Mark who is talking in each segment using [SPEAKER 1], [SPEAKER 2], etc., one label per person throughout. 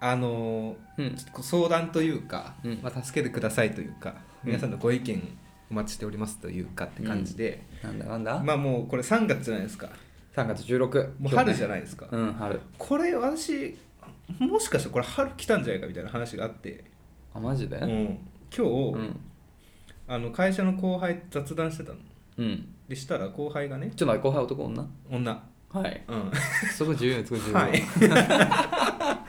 [SPEAKER 1] あの
[SPEAKER 2] うん
[SPEAKER 1] ちょっと相談というか、
[SPEAKER 2] うん
[SPEAKER 1] まあ、助けてくださいというか、
[SPEAKER 2] うん
[SPEAKER 1] 皆さんのご意見お待ちしておりますというかって感じで、
[SPEAKER 2] なんだなんだ、
[SPEAKER 1] まあもうこれ3月じゃないですか
[SPEAKER 2] 3月16
[SPEAKER 1] もう春じゃ
[SPEAKER 2] な
[SPEAKER 1] な
[SPEAKER 2] い
[SPEAKER 1] いですか、
[SPEAKER 2] うん春
[SPEAKER 1] これ私もしかしたらこれ春来たんじゃないかみたいな話があって、
[SPEAKER 2] あマジで
[SPEAKER 1] うん今日、
[SPEAKER 2] うん、
[SPEAKER 1] あの会社の後輩と雑談してたの
[SPEAKER 2] うん、
[SPEAKER 1] でしたら後輩がね
[SPEAKER 2] ちょっと待って後輩男女
[SPEAKER 1] 女
[SPEAKER 2] はい
[SPEAKER 1] うん
[SPEAKER 2] そこ重要そこ重要、
[SPEAKER 1] は、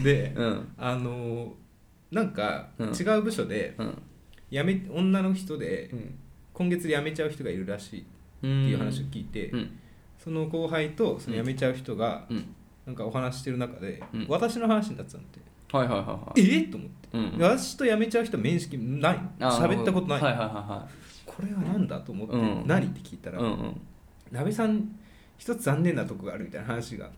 [SPEAKER 1] いで、
[SPEAKER 2] うん
[SPEAKER 1] あのなんか
[SPEAKER 2] うん
[SPEAKER 1] 違う部署で
[SPEAKER 2] うん
[SPEAKER 1] 辞め女の人で
[SPEAKER 2] うん
[SPEAKER 1] 今月辞めちゃう人がいるらしいっていう話を聞いて、
[SPEAKER 2] うん
[SPEAKER 1] その後輩とその辞めちゃう人が
[SPEAKER 2] うん
[SPEAKER 1] なんかお話してる中で、
[SPEAKER 2] うん
[SPEAKER 1] 私の話になってたんで、
[SPEAKER 2] はいはいはいはい
[SPEAKER 1] えっと思って、
[SPEAKER 2] うんうん
[SPEAKER 1] 私と辞めちゃう人面識ない
[SPEAKER 2] あー
[SPEAKER 1] 喋ったことない、
[SPEAKER 2] はいはいは
[SPEAKER 1] これは何だと思って、
[SPEAKER 2] うん
[SPEAKER 1] 何って聞いた
[SPEAKER 2] いはい
[SPEAKER 1] ら、
[SPEAKER 2] うんうん
[SPEAKER 1] 鍋さん一つ残念なとこがあるみたいな話が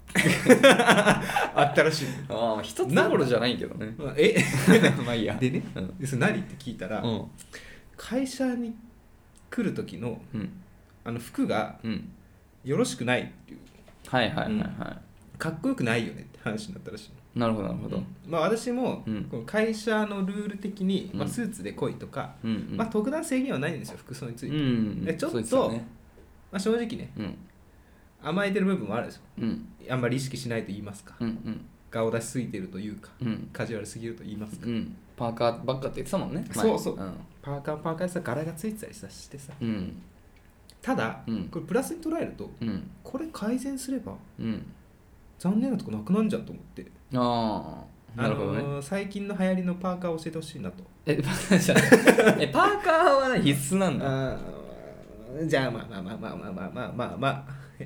[SPEAKER 1] あったらしい
[SPEAKER 2] ああ一つどころじゃないけどね
[SPEAKER 1] え
[SPEAKER 2] まあいいや
[SPEAKER 1] でね
[SPEAKER 2] うん
[SPEAKER 1] でそれ何って聞いたら、
[SPEAKER 2] うん
[SPEAKER 1] 会社に来る時の
[SPEAKER 2] うん
[SPEAKER 1] あの服が
[SPEAKER 2] うん
[SPEAKER 1] よろしくないっていう
[SPEAKER 2] はいはいはいはい、
[SPEAKER 1] かっこよくないよねって話になったらしい
[SPEAKER 2] なるほどなるほど、
[SPEAKER 1] まあ私も、
[SPEAKER 2] うん
[SPEAKER 1] この会社のルール的に、ま
[SPEAKER 2] う
[SPEAKER 1] あ、
[SPEAKER 2] ん
[SPEAKER 1] スーツで来いとか、
[SPEAKER 2] うんうん
[SPEAKER 1] まあ、特段制限はないんですよ服装につい
[SPEAKER 2] うん
[SPEAKER 1] て、
[SPEAKER 2] う
[SPEAKER 1] ま
[SPEAKER 2] ん
[SPEAKER 1] でちょっと
[SPEAKER 2] そうですよね
[SPEAKER 1] あ、正直ね
[SPEAKER 2] うん
[SPEAKER 1] 甘えてる部分もあるでし
[SPEAKER 2] うん
[SPEAKER 1] ょあんまり意識しないと言いますか、
[SPEAKER 2] うんうん
[SPEAKER 1] 顔出しすぎてるというか
[SPEAKER 2] うん
[SPEAKER 1] カジュアルすぎると言いますか、
[SPEAKER 2] うんパーカーばっかって言ってたもんね前
[SPEAKER 1] そうそう
[SPEAKER 2] うん
[SPEAKER 1] パーカーパーカーでさ柄がついてたりさしてさ
[SPEAKER 2] うん
[SPEAKER 1] ただ、
[SPEAKER 2] うん
[SPEAKER 1] これプラスに捉えると
[SPEAKER 2] うん
[SPEAKER 1] これ改善すれば
[SPEAKER 2] うん
[SPEAKER 1] 残念なとこなくなんじゃんと思って
[SPEAKER 2] ああなるほど
[SPEAKER 1] あ
[SPEAKER 2] ね
[SPEAKER 1] のー最近の流行りのパーカーを教えてほしいなと
[SPEAKER 2] えパえパーカーはね必須なんだ
[SPEAKER 1] あーじゃあまあまあまあまあまあまあまあまあ、まあ、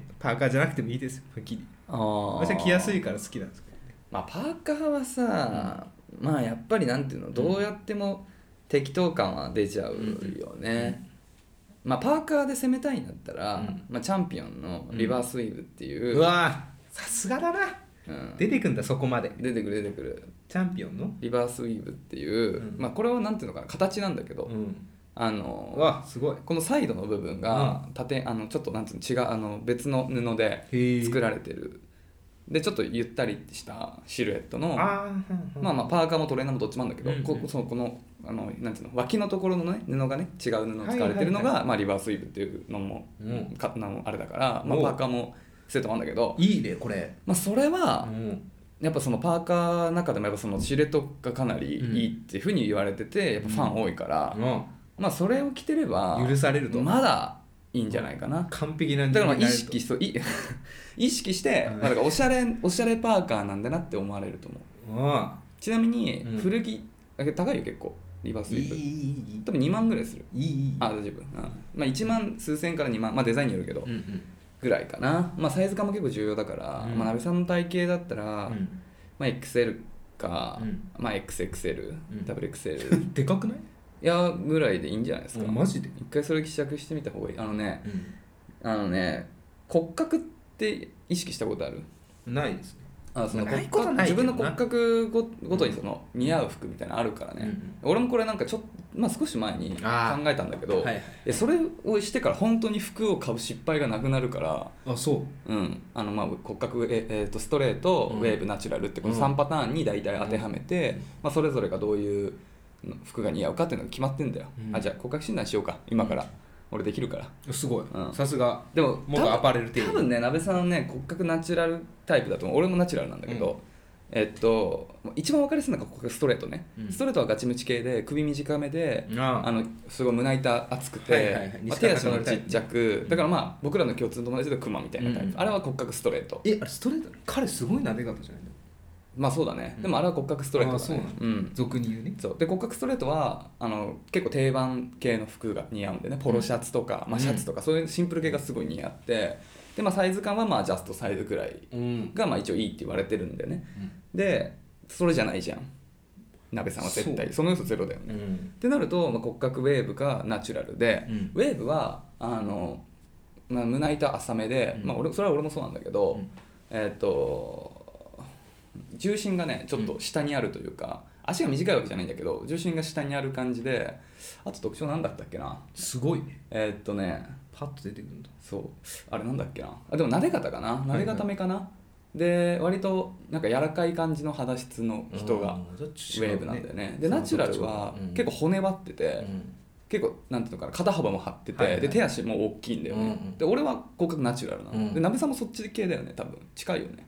[SPEAKER 1] パーカーじゃなくてもいいですよはっきり
[SPEAKER 2] ああ
[SPEAKER 1] 私は着やすいから好きなんですけどね
[SPEAKER 2] まあ、パーカーはさ、まあやっぱりなんていうのどうやっても適当感は出ちゃうよね、まあパーカーで攻めたいんだったら、
[SPEAKER 1] うん
[SPEAKER 2] まあ、チャンピオンのリバースウィーブっていう、
[SPEAKER 1] うわーさすがだな
[SPEAKER 2] うん
[SPEAKER 1] 出てくんだそこまで
[SPEAKER 2] 出てくる出てくる
[SPEAKER 1] チャンピオンの
[SPEAKER 2] リバースウィーブっていう、
[SPEAKER 1] うん
[SPEAKER 2] まあこれをなんていうのかな形なんだけど、
[SPEAKER 1] うん
[SPEAKER 2] あの
[SPEAKER 1] うわすごい
[SPEAKER 2] このサイドの部分が縦、あのちょっとなんていうの違うあの別の布で
[SPEAKER 1] へ
[SPEAKER 2] 作
[SPEAKER 1] ら
[SPEAKER 2] られてる、でちょっとゆったりしたシルエットの
[SPEAKER 1] あー
[SPEAKER 2] まあまあパーカーもトレーナーもどっちもあるんだけ
[SPEAKER 1] う
[SPEAKER 2] ど、
[SPEAKER 1] んうん
[SPEAKER 2] ここそのこのあのなんていうの脇のところのね布がね違う布を使われてるの
[SPEAKER 1] はいはい
[SPEAKER 2] が、まあ、リバースイーブっていうのも、
[SPEAKER 1] うん
[SPEAKER 2] かなのあれだから、まあ、
[SPEAKER 1] おう
[SPEAKER 2] パーカーもセットもあるんだけど、
[SPEAKER 1] いいねこれ
[SPEAKER 2] まあ、それは
[SPEAKER 1] うん
[SPEAKER 2] やっぱそのパーカーの中でもやっぱそのシルエットがかなりいいっていうふうに言われててやっぱファン多いから、まあそれを着てれば
[SPEAKER 1] 許されると
[SPEAKER 2] まだいいんじゃないかな。
[SPEAKER 1] 完璧な
[SPEAKER 2] だからまあ
[SPEAKER 1] 人間
[SPEAKER 2] 意
[SPEAKER 1] になれると
[SPEAKER 2] 識そうい 意識して、
[SPEAKER 1] うん
[SPEAKER 2] まあ、だからおしゃれおしゃれパーカーなんだなって思われると思う。
[SPEAKER 1] あ
[SPEAKER 2] ちなみに
[SPEAKER 1] うん
[SPEAKER 2] 古着、高いよ結構リバー
[SPEAKER 1] あ
[SPEAKER 2] ス
[SPEAKER 1] い
[SPEAKER 2] イ
[SPEAKER 1] いい
[SPEAKER 2] ープ
[SPEAKER 1] い
[SPEAKER 2] 多分2万ぐらいする
[SPEAKER 1] いいいいいい
[SPEAKER 2] あ大丈夫、うんまあ、1万数千から2万、まあ、デザインによるけど
[SPEAKER 1] うんうん
[SPEAKER 2] ぐらいかな、まあ、サイズ感も結構重要だから、
[SPEAKER 1] うん
[SPEAKER 2] まあ、鍋さんの体型だったら、
[SPEAKER 1] うん
[SPEAKER 2] まあ、XL か、
[SPEAKER 1] うん
[SPEAKER 2] まあ、XXL、
[SPEAKER 1] うん
[SPEAKER 2] WXL い
[SPEAKER 1] でかくない
[SPEAKER 2] やぐらいでいいんじゃないですか
[SPEAKER 1] あマジで
[SPEAKER 2] 一回それ希釈してみた方がいいあのね
[SPEAKER 1] う
[SPEAKER 2] あのね骨格って意識したことある
[SPEAKER 1] んないですね
[SPEAKER 2] あその
[SPEAKER 1] ない
[SPEAKER 2] 骨
[SPEAKER 1] こと
[SPEAKER 2] 格
[SPEAKER 1] ない
[SPEAKER 2] 自
[SPEAKER 1] けど
[SPEAKER 2] 分
[SPEAKER 1] な
[SPEAKER 2] の骨格ごごとにその似合う服みたいなのあるからね、俺もこれなんかちょっと、まあ、少し前に考
[SPEAKER 1] あー
[SPEAKER 2] えたんだけど、
[SPEAKER 1] はいはい
[SPEAKER 2] えそれをしてから本当に服を買う失敗がなくなるから、
[SPEAKER 1] あそう
[SPEAKER 2] うん、あのまあ骨格、ええーとストレート、
[SPEAKER 1] うん
[SPEAKER 2] ウェーブナチュラルってこの
[SPEAKER 1] うん
[SPEAKER 2] 3パターンに大体当てはめて、
[SPEAKER 1] うん
[SPEAKER 2] まあ、それぞれがどういう服が似合うかっていうのが決まってんだよ、
[SPEAKER 1] うん
[SPEAKER 2] あじゃあ骨格診断しようか今から、俺できるから
[SPEAKER 1] すごい
[SPEAKER 2] うん
[SPEAKER 1] さすが
[SPEAKER 2] でも
[SPEAKER 1] 元アパレル
[SPEAKER 2] 多
[SPEAKER 1] 店員
[SPEAKER 2] 分ね鍋さんね骨格ナチュラルタイプだと思う俺もナチュラルなんだけど、
[SPEAKER 1] うん
[SPEAKER 2] えっと一番分かりやすいのが骨格ストレートね、
[SPEAKER 1] うん
[SPEAKER 2] ストレートはガチムチ系で首短めで、
[SPEAKER 1] ああ
[SPEAKER 2] あのすごい胸板厚くて、
[SPEAKER 1] はいはいはい
[SPEAKER 2] まあ手足もちっちゃく
[SPEAKER 1] うん
[SPEAKER 2] だからまあ僕らの共通の友達でクマみたいなタイプ、
[SPEAKER 1] うん
[SPEAKER 2] あれは骨格ストレート
[SPEAKER 1] えあれストレート彼すごい撫で方じゃないの
[SPEAKER 2] まあそうだね、
[SPEAKER 1] うん
[SPEAKER 2] でもあれは骨格ストレートだね
[SPEAKER 1] あそうなんだ
[SPEAKER 2] うん
[SPEAKER 1] 俗に言うね
[SPEAKER 2] そうで骨格ストレートはあの結構定番系の服が似合うんでねポロシャツとか、まあ、シャツとか、そういうシンプル系がすごい似合ってで、まあ、サイズ感はまあジャストサイズくらい
[SPEAKER 1] うん
[SPEAKER 2] がまあ一応いいって言われてるんでねでそれじゃないじゃん鍋さんは絶対
[SPEAKER 1] そ
[SPEAKER 2] その要素ゼロだよね
[SPEAKER 1] うん
[SPEAKER 2] ってなると、まあ、骨格ウェーブかナチュラルで、
[SPEAKER 1] うん
[SPEAKER 2] ウェーブはあの、まあ、胸板浅めで、
[SPEAKER 1] うん
[SPEAKER 2] まあ、俺それは俺もそうなんだけど、
[SPEAKER 1] うん
[SPEAKER 2] えっ、と重心がねちょっと下にあるというか、足が短いわけじゃないんだけど重心が下にある感じであと特徴なんだったっけな
[SPEAKER 1] すごいね
[SPEAKER 2] えっ、とね
[SPEAKER 1] パッと出てくるんだ
[SPEAKER 2] そうあれなんだっけなあでも撫で方かな撫で方目かな、で割となんか柔らかい感じの肌質の人
[SPEAKER 1] ウ
[SPEAKER 2] がウェーブなんだよねでナチュラルは結構骨張ってて、結構なんていうのかな肩幅も張ってて、
[SPEAKER 1] はいはい
[SPEAKER 2] で手足も大きいんだよね、
[SPEAKER 1] うんうん
[SPEAKER 2] で俺は骨格ナチュラルなの、
[SPEAKER 1] うん
[SPEAKER 2] で鍋さんもそっち系だよね多分近いよね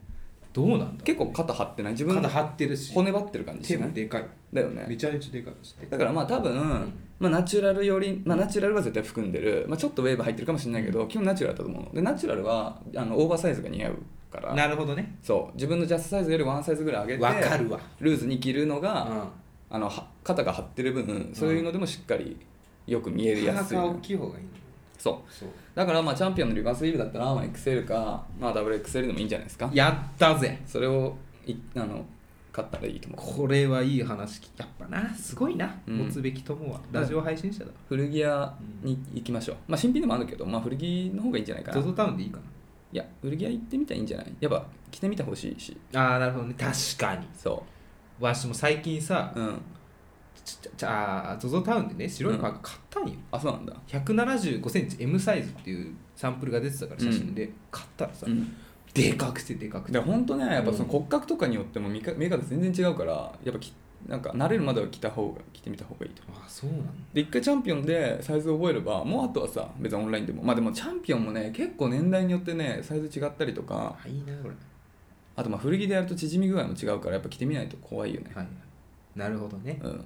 [SPEAKER 1] どうなんだ
[SPEAKER 2] 結構肩張ってない自分
[SPEAKER 1] 肩張ってるし
[SPEAKER 2] 骨張ってる感じし
[SPEAKER 1] 手
[SPEAKER 2] な
[SPEAKER 1] も
[SPEAKER 2] い
[SPEAKER 1] でかい
[SPEAKER 2] だよ
[SPEAKER 1] め
[SPEAKER 2] ね
[SPEAKER 1] ちゃめちゃでかいし
[SPEAKER 2] だからまあ多分、まあ、ナチュラルより、まあ、ナチュラルは絶対含んでる、まあ、ちょっとウェーブ入ってるかもしれないけど基本ナチュラルだと思うのでナチュラルはあのオーバーサイズが似合うから
[SPEAKER 1] なるほどね
[SPEAKER 2] そう自分のジャストサイズよりワンサイズぐらい上げて
[SPEAKER 1] わかるわ
[SPEAKER 2] ルーズに着るのが、
[SPEAKER 1] う
[SPEAKER 2] あのは肩が張ってる分そういうのでもしっかりよく見える
[SPEAKER 1] ん
[SPEAKER 2] や
[SPEAKER 1] な
[SPEAKER 2] すい、
[SPEAKER 1] か大きい方がいいの
[SPEAKER 2] そう
[SPEAKER 1] そう
[SPEAKER 2] だからまあチャンピオンのリバースウィールだったらまあ XL か、まあ、WXL でもいいんじゃないですか
[SPEAKER 1] やったぜ
[SPEAKER 2] それをいあの買ったらいいと思う
[SPEAKER 1] これはいい話聞きやっぱなすごいな、
[SPEAKER 2] うん
[SPEAKER 1] 持つべき友はラジオ配信者だ、
[SPEAKER 2] 古着屋に行きましょう、まあ新品でもあるけど、まあ、古着の方がいいんじゃないか
[SPEAKER 1] ゾ
[SPEAKER 2] ない
[SPEAKER 1] ゾタウンでいいか
[SPEAKER 2] や古着屋行ってみたらいいんじゃないやっぱ着てみてほしいし
[SPEAKER 1] なあーなるほどね確かに
[SPEAKER 2] そ
[SPEAKER 1] わしも最近さ
[SPEAKER 2] ううん
[SPEAKER 1] ちちちゃあゾゾタウンでね白いパーカー買ったんよ、
[SPEAKER 2] あそうなんだ
[SPEAKER 1] 1 7 5センチ m サイズっていうサンプルが出てたから写真で、買ったらさ、
[SPEAKER 2] うん
[SPEAKER 1] でかくてでかくて
[SPEAKER 2] で本当ねやっぱその骨格とかによっても見か見え方全然違うからやっぱきなんか慣れるまでは着た方が着てみた方がいいと
[SPEAKER 1] あそうなんだ
[SPEAKER 2] で一回チャンピオンでサイズを覚えればもうあとはさ別にオンラインでもまあでもチャンピオンもね結構年代によってねサイズ違ったりとか
[SPEAKER 1] あいいなこれ
[SPEAKER 2] あとまあ古着でやると縮み具合も違うからやっぱ着てみないと怖いよね、
[SPEAKER 1] はいはいなるほどね
[SPEAKER 2] うん、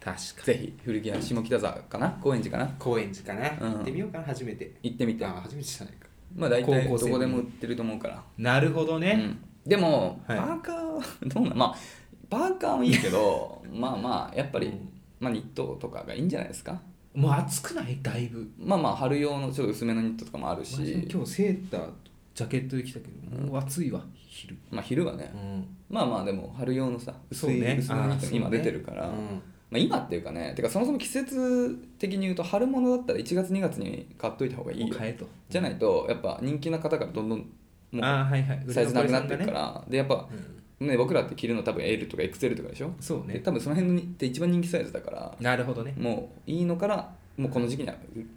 [SPEAKER 1] 確か
[SPEAKER 2] ぜひ古着屋下北沢かな高円寺かな
[SPEAKER 1] 高円寺かな、
[SPEAKER 2] うん
[SPEAKER 1] 行ってみようかな初めて
[SPEAKER 2] 行ってみて
[SPEAKER 1] あ初めてじゃないか
[SPEAKER 2] まあ大体
[SPEAKER 1] 高校
[SPEAKER 2] ど
[SPEAKER 1] 生
[SPEAKER 2] こでも売ってると思うから、
[SPEAKER 1] なるほど
[SPEAKER 2] う
[SPEAKER 1] ね、
[SPEAKER 2] ん、でも、
[SPEAKER 1] はい
[SPEAKER 2] パーカーはどうなんまあパーカーもいいけど まあまあやっぱり、
[SPEAKER 1] うん
[SPEAKER 2] まあ、ニットとかがいいんじゃないですか
[SPEAKER 1] もう暑くないだいぶ
[SPEAKER 2] まあまあ春用のちょっと薄めのニットとかもある
[SPEAKER 1] 私も
[SPEAKER 2] し、
[SPEAKER 1] 今日セーターとジャケットで来たけどもう暑いわ昼、
[SPEAKER 2] まあ、昼はね、
[SPEAKER 1] ん、
[SPEAKER 2] まあまあでも春用のさ薄
[SPEAKER 1] そう
[SPEAKER 2] い、
[SPEAKER 1] ね
[SPEAKER 2] 薄めのニット
[SPEAKER 1] あー
[SPEAKER 2] 今
[SPEAKER 1] そうね
[SPEAKER 2] 出てるから、
[SPEAKER 1] うん
[SPEAKER 2] まあ、今っていうかねてかそもそも季節的に言うと春物だったら1月2月に買っといた方がいい
[SPEAKER 1] も
[SPEAKER 2] よ
[SPEAKER 1] う買えと
[SPEAKER 2] じゃないとやっぱ人気な方からどんどんも
[SPEAKER 1] ああはいはいう
[SPEAKER 2] サイズなくなっていくから、でやっぱ
[SPEAKER 1] う、ん
[SPEAKER 2] ね、僕らって着るの多分 L とか XL とかでしょ、
[SPEAKER 1] そう
[SPEAKER 2] で
[SPEAKER 1] ね
[SPEAKER 2] 多分その辺って一番人気サイズだから
[SPEAKER 1] なるほどね
[SPEAKER 2] もういいのからもうこの時期には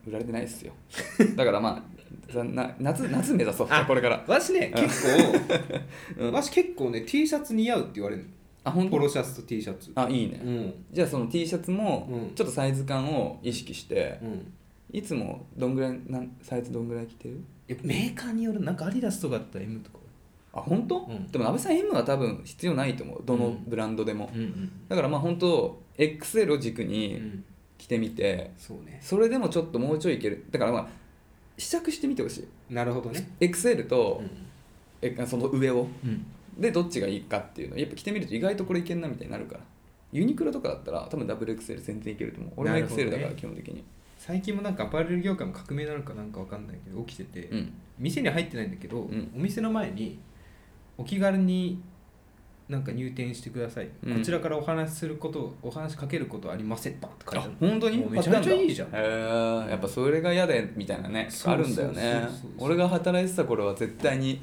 [SPEAKER 2] 売売られてないですよ だからまあざな夏夏目指そう
[SPEAKER 1] あ
[SPEAKER 2] これから
[SPEAKER 1] わしね
[SPEAKER 2] うん
[SPEAKER 1] 結 構、わし結構ね T シャツ似合うって言われる
[SPEAKER 2] あ本
[SPEAKER 1] のポ
[SPEAKER 2] 当
[SPEAKER 1] ロシャツと T シャツ
[SPEAKER 2] あいいね、
[SPEAKER 1] うん
[SPEAKER 2] じゃあその T シャツも
[SPEAKER 1] うん
[SPEAKER 2] ちょっとサイズ感を意識して
[SPEAKER 1] う、ん
[SPEAKER 2] いつもどんぐらいなんサイズどんぐらい着てる
[SPEAKER 1] やっぱメーカーによるなんかアディダスとかだったら M とか
[SPEAKER 2] あ本当、
[SPEAKER 1] うん
[SPEAKER 2] でも安部さん M は多分必要ないと思うどのブランドでも、
[SPEAKER 1] うんうん
[SPEAKER 2] だからまあ本当 XL を軸
[SPEAKER 1] う
[SPEAKER 2] に
[SPEAKER 1] ん
[SPEAKER 2] 着てみて
[SPEAKER 1] そうね
[SPEAKER 2] それでもちょっともうちょいいけるだからまあ試着してみてほしい
[SPEAKER 1] なるほどね
[SPEAKER 2] XL と、
[SPEAKER 1] う
[SPEAKER 2] えその上を
[SPEAKER 1] ん
[SPEAKER 2] でどっちがいいかっていうのやっぱ着てみると意外とこれいけんなみたいになるからユニクロとかだったら多分 WXL 全然いけると思う俺も
[SPEAKER 1] なるほどね
[SPEAKER 2] XL だから基本的に、
[SPEAKER 1] 最近もなんかアパレル業界も革命なのかなんかわかんないけど起きてて、
[SPEAKER 2] うん
[SPEAKER 1] 店には入ってないんだけど、
[SPEAKER 2] ん
[SPEAKER 1] お店の前にお気軽になんか入店してください、
[SPEAKER 2] うん
[SPEAKER 1] こちらからお話しすることお話しかけることありませんバンって書いてあ
[SPEAKER 2] あ
[SPEAKER 1] る
[SPEAKER 2] 本当に
[SPEAKER 1] もうめちゃめちゃいいじゃん
[SPEAKER 2] へえやっぱそれが嫌でみたいなね
[SPEAKER 1] そう
[SPEAKER 2] あるんだよね
[SPEAKER 1] そうそうそうそう
[SPEAKER 2] 俺が働いてた頃は絶対に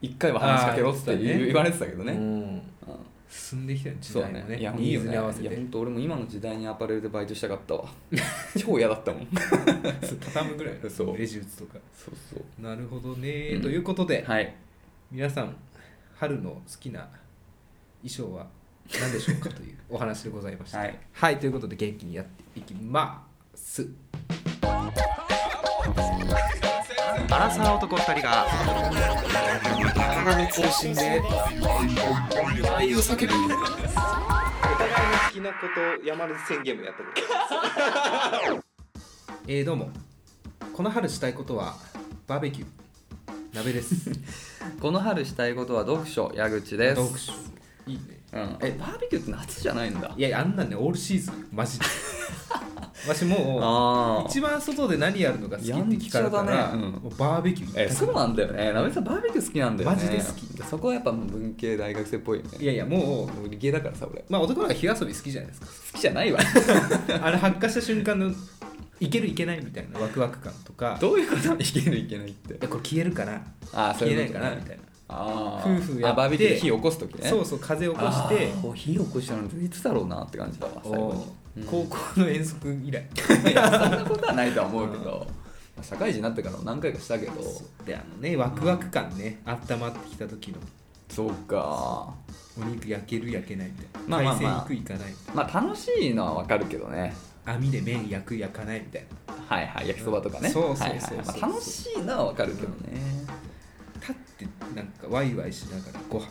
[SPEAKER 2] 一回は話しかけろって
[SPEAKER 1] あー言ってた
[SPEAKER 2] 言
[SPEAKER 1] ね
[SPEAKER 2] う言われてたけど
[SPEAKER 1] う
[SPEAKER 2] ね、
[SPEAKER 1] ん
[SPEAKER 2] うん
[SPEAKER 1] 進んできたよ時
[SPEAKER 2] そう
[SPEAKER 1] 代も
[SPEAKER 2] ね
[SPEAKER 1] ね
[SPEAKER 2] いやいい
[SPEAKER 1] ニ
[SPEAKER 2] よ
[SPEAKER 1] ーズ
[SPEAKER 2] ねい
[SPEAKER 1] に
[SPEAKER 2] や
[SPEAKER 1] 合わせて、
[SPEAKER 2] 本当俺も今の時代にアパレルでバイトしたかったわ超嫌だったもん
[SPEAKER 1] そう畳むぐらいの
[SPEAKER 2] そう
[SPEAKER 1] レジ打つとか
[SPEAKER 2] そうそう
[SPEAKER 1] なるほどね、
[SPEAKER 2] うん
[SPEAKER 1] ということで、
[SPEAKER 2] はい
[SPEAKER 1] 皆さん春の好きな衣装は何でしょうかというお話でございました。
[SPEAKER 2] はい、
[SPEAKER 1] ということで元気にやっていきます。アラサー男2人が
[SPEAKER 2] 愛を叫ぶ
[SPEAKER 1] お互いの好きなことを山根宣言もやった ことです。えー、どうもこの春したいことはバーベキュー鍋です。
[SPEAKER 2] この春したいことは読書矢口です
[SPEAKER 1] 読書いいね。
[SPEAKER 2] うん、えバーベキューって夏じゃないんだ
[SPEAKER 1] いやいやあんなんねオールシーズンマ ジで。わしもう
[SPEAKER 2] ああ
[SPEAKER 1] 一番外で何やるのが好きって聞かれた
[SPEAKER 2] やんちゃ
[SPEAKER 1] ら、
[SPEAKER 2] だねうん
[SPEAKER 1] もうバーベキュー
[SPEAKER 2] え
[SPEAKER 1] 一択
[SPEAKER 2] そうなんだよねなべさんバーベキュー好きなんだよね
[SPEAKER 1] マジで好き
[SPEAKER 2] そこはやっぱ文系大学生っぽいよね
[SPEAKER 1] いやいやもう
[SPEAKER 2] 理系だからさ俺
[SPEAKER 1] まあ男の子は火遊び好きじゃないです か
[SPEAKER 2] 好きじゃ ないわ
[SPEAKER 1] あれ発火した瞬間のいけるいけないみたいなワクワク感とか
[SPEAKER 2] どういうこといけるいけないって
[SPEAKER 1] えこれ消えるかな
[SPEAKER 2] ああ
[SPEAKER 1] 消えないかなみ
[SPEAKER 2] みた
[SPEAKER 1] た
[SPEAKER 2] い
[SPEAKER 1] い
[SPEAKER 2] な
[SPEAKER 1] な、
[SPEAKER 2] あ
[SPEAKER 1] 夫婦やって
[SPEAKER 2] あバーベキューで火起こす時ね
[SPEAKER 1] そう
[SPEAKER 2] う
[SPEAKER 1] そう風起こして
[SPEAKER 2] 火起こしたのっていつだろうなって感じだわ最後
[SPEAKER 1] お
[SPEAKER 2] に、
[SPEAKER 1] ー
[SPEAKER 2] こ
[SPEAKER 1] 高校の遠足以 来
[SPEAKER 2] ういやそんなことはないとは思うけど、社会人になってからも何回かしたけど
[SPEAKER 1] であのねワクワク感ね、温まってきた時の
[SPEAKER 2] そうか
[SPEAKER 1] お肉焼ける焼けないみたいな、
[SPEAKER 2] まあまあ
[SPEAKER 1] 海
[SPEAKER 2] まあ
[SPEAKER 1] 鮮行く行かないみたい
[SPEAKER 2] まあ楽しいのはわかるけどね
[SPEAKER 1] な網で麺焼く焼かないみたいな
[SPEAKER 2] はいはい焼きそばとかね
[SPEAKER 1] そうそうそう
[SPEAKER 2] はいはいはいま
[SPEAKER 1] そう
[SPEAKER 2] あ楽しいのはわかるけどね
[SPEAKER 1] 立ってなんかワイワイしながらご飯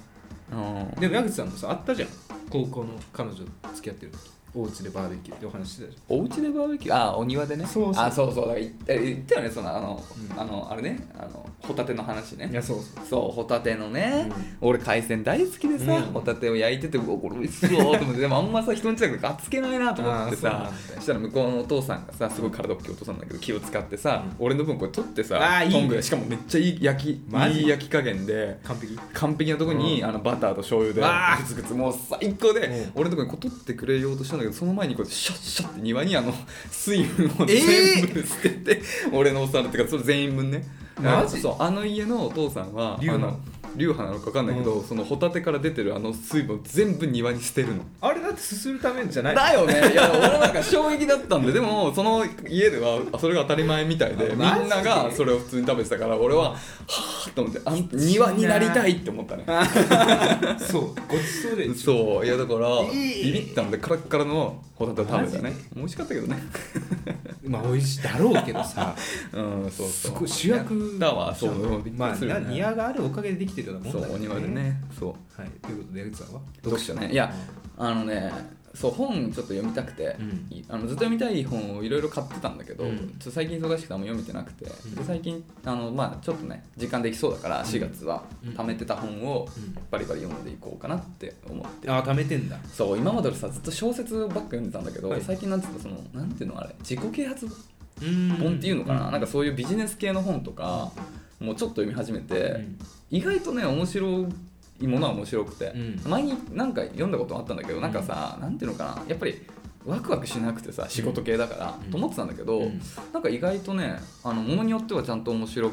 [SPEAKER 2] うん
[SPEAKER 1] でも矢口さんもさあったじゃん高校の彼女と付き合ってる時お家でバーベキューってお話してたじ
[SPEAKER 2] お家でバーベキューあお庭でね
[SPEAKER 1] そうそう
[SPEAKER 2] あそうそうだから言った言ったよねそのあの,、
[SPEAKER 1] うん
[SPEAKER 2] あのあれねあのホタテの話
[SPEAKER 1] ゃんい
[SPEAKER 2] ね
[SPEAKER 1] やそうそう
[SPEAKER 2] そうホタテのね、
[SPEAKER 1] う
[SPEAKER 2] 俺海鮮大好きでさ、
[SPEAKER 1] うん
[SPEAKER 2] ホタテを焼いててうわこれ美味しそうと思ってでもあんまさ人んちだからがっつけないなと思って
[SPEAKER 1] あーそうな
[SPEAKER 2] さ
[SPEAKER 1] んだよ
[SPEAKER 2] そしたら向こうのお父さんがさすごい体大きいお父さんだけど気を使ってさ、俺の分これ取って
[SPEAKER 1] あ
[SPEAKER 2] さ
[SPEAKER 1] ーいいね
[SPEAKER 2] トングでしかもめっちゃいい焼き
[SPEAKER 1] マジ
[SPEAKER 2] いい焼き加減で
[SPEAKER 1] 完璧
[SPEAKER 2] 完璧なところに、
[SPEAKER 1] うん
[SPEAKER 2] あのバターと醤油で
[SPEAKER 1] わあ
[SPEAKER 2] グツグツもう最高で、
[SPEAKER 1] うん
[SPEAKER 2] 俺のところにこう取ってくれようとしたんだけどその前にこうシャッシャッって庭にあの 水分を
[SPEAKER 1] えー
[SPEAKER 2] 全部捨てて、俺のお皿っていうかそれ全員分ね
[SPEAKER 1] マジ
[SPEAKER 2] そうあの家のお父さんは
[SPEAKER 1] 流
[SPEAKER 2] あ
[SPEAKER 1] 派
[SPEAKER 2] の流派なのか分かんないけど、
[SPEAKER 1] う
[SPEAKER 2] そのホタテから出てるあの水分を全部庭に捨てるの。
[SPEAKER 1] あれだってすするためじゃない
[SPEAKER 2] だよねいや俺なんか衝撃だったんででもその家ではそれが当たり前みたいで
[SPEAKER 1] あ
[SPEAKER 2] みん
[SPEAKER 1] マジで
[SPEAKER 2] ながそれを普通に食べてたから俺ははあと思ってあん庭になりたいって思ったね
[SPEAKER 1] そうごちそうでう
[SPEAKER 2] そういやだから
[SPEAKER 1] いい
[SPEAKER 2] ビビったんでカラッカラのホタテを食べた
[SPEAKER 1] マ
[SPEAKER 2] ね美味しかった けどね
[SPEAKER 1] まあ美味しいだろうけどさ
[SPEAKER 2] うんそう
[SPEAKER 1] す
[SPEAKER 2] そう
[SPEAKER 1] ごい主役
[SPEAKER 2] だわそう
[SPEAKER 1] じゃん
[SPEAKER 2] びっ
[SPEAKER 1] ま
[SPEAKER 2] く
[SPEAKER 1] あ
[SPEAKER 2] りする
[SPEAKER 1] な
[SPEAKER 2] よね
[SPEAKER 1] 庭があるおかげでできてるようなもん
[SPEAKER 2] そ
[SPEAKER 1] だ
[SPEAKER 2] うお庭でねそう
[SPEAKER 1] はいということで矢口さんは
[SPEAKER 2] 読書ねいやあのねそう本ちょっと読みたくて、
[SPEAKER 1] うん
[SPEAKER 2] いあのずっと読みたい本をいろいろ買ってたんだけど、
[SPEAKER 1] うん
[SPEAKER 2] ちょっと最近忙しくてあんま読めてなくて、
[SPEAKER 1] ん
[SPEAKER 2] で最近あの、まあ、ちょっとね時間できそうだから4月は
[SPEAKER 1] うん
[SPEAKER 2] 貯めてた本を
[SPEAKER 1] うん
[SPEAKER 2] バリバリ読んでいこうかなって思って。
[SPEAKER 1] ああ貯めてんだ
[SPEAKER 2] そう今まで俺さずっと小説ばっか読んでたんだけど、
[SPEAKER 1] はい
[SPEAKER 2] 最近なんつうのそのなんていうのあれ自己啓発
[SPEAKER 1] 本
[SPEAKER 2] 本っていうのかな、なんかそういうビジネス系の本とかもうちょっと読み始めて、
[SPEAKER 1] うん
[SPEAKER 2] 意外とね面白いものは面白くて、
[SPEAKER 1] うん
[SPEAKER 2] 前になんか読んだことあったんだけどなんかさ、なんていうのかなやっぱりワクワクしなくてさ仕事系だから、
[SPEAKER 1] うん
[SPEAKER 2] と思ってたんだけど、
[SPEAKER 1] うん
[SPEAKER 2] なんか意外とねあのものによってはちゃんと面白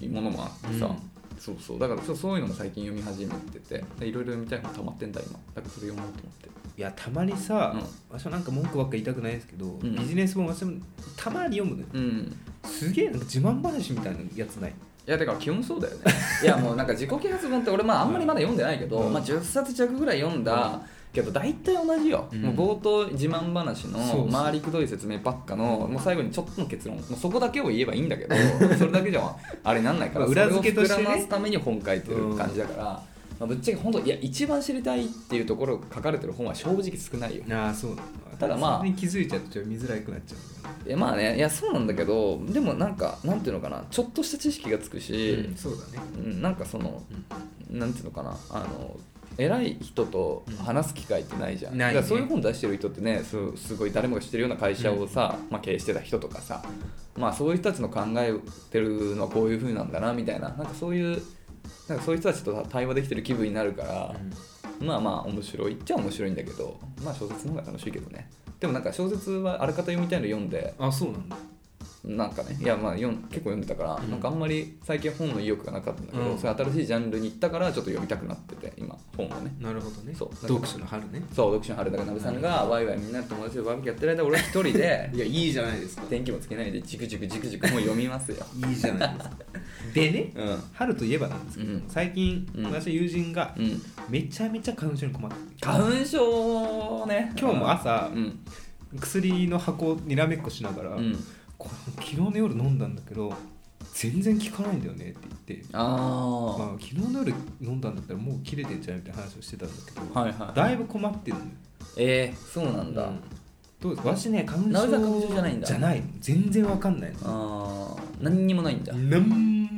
[SPEAKER 2] いものもあってさ、
[SPEAKER 1] うん
[SPEAKER 2] そうそうだからちょっとそういうのも最近読み始めててでいろいろ読みたい本溜まってんだ今だからそれ読もうと思って
[SPEAKER 1] いやたまにさ
[SPEAKER 2] うん
[SPEAKER 1] 私はなんか文句ばっか言いたくないですけど
[SPEAKER 2] ん
[SPEAKER 1] ビジネス本私もたまに読むのよ
[SPEAKER 2] うん
[SPEAKER 1] すげえなんか自慢話みたいなやつない
[SPEAKER 2] いやだから基本そうだよね いやもうなんか自己啓発本って俺まああんまりまだ読んでないけど、
[SPEAKER 1] うん
[SPEAKER 2] まあ、10冊弱ぐらい読んだけど大体同じよ、
[SPEAKER 1] うん
[SPEAKER 2] もう冒頭自慢話の
[SPEAKER 1] そうそう
[SPEAKER 2] 回りくどい説明ばっかのもう最後にちょっとの結論もうそこだけを言えばいいんだけ どそれだけじゃあれなんないか
[SPEAKER 1] ま
[SPEAKER 2] ら
[SPEAKER 1] あ裏付けとしてね
[SPEAKER 2] それを膨らますために本書いてる感じだから、まあ、ぶっちゃけ本当いや一番知りたいっていうところ書かれてる本は正直少ないよ
[SPEAKER 1] ああそう
[SPEAKER 2] ただまあ
[SPEAKER 1] それに気づいちゃうとちょっと見づらくなっちゃうんだよね
[SPEAKER 2] いやまあねいやそうなんだけどでもなんかなんていうのかなちょっとした知識がつくし
[SPEAKER 1] うん、そうだね
[SPEAKER 2] うん、なんかそのなんていうのかなあの偉い人と話す機会ってないじゃん、
[SPEAKER 1] うんないね
[SPEAKER 2] だからそういう本出してる人ってねそうすごい誰もが知ってるような会社をさ、まあ、経営してた人とかさ、まあ、そういう人たちの考えてるのはこういう風なんだなみたいななんかそういうなんかそういう人たちと対話できてる気分になるから、まあまあ面白いっちゃ面白いんだけど、まあ、小説の方が楽しいけどねでもなんか小説はあらかた読みたいの読んで
[SPEAKER 1] あそうなんだ
[SPEAKER 2] なんかねいやまあ読ん結構読んでたから、
[SPEAKER 1] うん
[SPEAKER 2] なんかあんまり最近本の意欲がなかったんだけど、
[SPEAKER 1] うん
[SPEAKER 2] それ新しいジャンルに行ったからちょっと読みたくなってて今本をね
[SPEAKER 1] なるほどね
[SPEAKER 2] そう
[SPEAKER 1] 読書の春ね
[SPEAKER 2] そう読書の春だからなべさんがワイワイみんなと友達でバーベキューやってる間俺一人 で
[SPEAKER 1] いやいいじゃないですか
[SPEAKER 2] 天気もつけないでじくじくじくじくもう読みます よ
[SPEAKER 1] いいじゃないですかでね
[SPEAKER 2] うんうん
[SPEAKER 1] 春といえばなんですけど、
[SPEAKER 2] うん
[SPEAKER 1] 最近、
[SPEAKER 2] うん
[SPEAKER 1] 私の友人がめちゃめちゃ花粉症に困ってる
[SPEAKER 2] 花粉症ね
[SPEAKER 1] 今日も朝
[SPEAKER 2] うん
[SPEAKER 1] 薬の箱をにらめっこしながら、
[SPEAKER 2] うん
[SPEAKER 1] これ昨日の夜飲んだんだけど全然効かないんだよねって言って、
[SPEAKER 2] あ
[SPEAKER 1] まあ、昨日の夜飲んだんだったらもう切れてんじゃないみたいな話をしてたんだけ
[SPEAKER 2] あ
[SPEAKER 1] ど、
[SPEAKER 2] はいはい
[SPEAKER 1] だいぶ困ってるのよ
[SPEAKER 2] えー、そうなんだ、
[SPEAKER 1] うんどうですわしね花粉
[SPEAKER 2] な
[SPEAKER 1] 症
[SPEAKER 2] おさん花粉症じゃないんだ
[SPEAKER 1] じゃない全然わかんないの
[SPEAKER 2] ああ何にもないんだ、
[SPEAKER 1] なん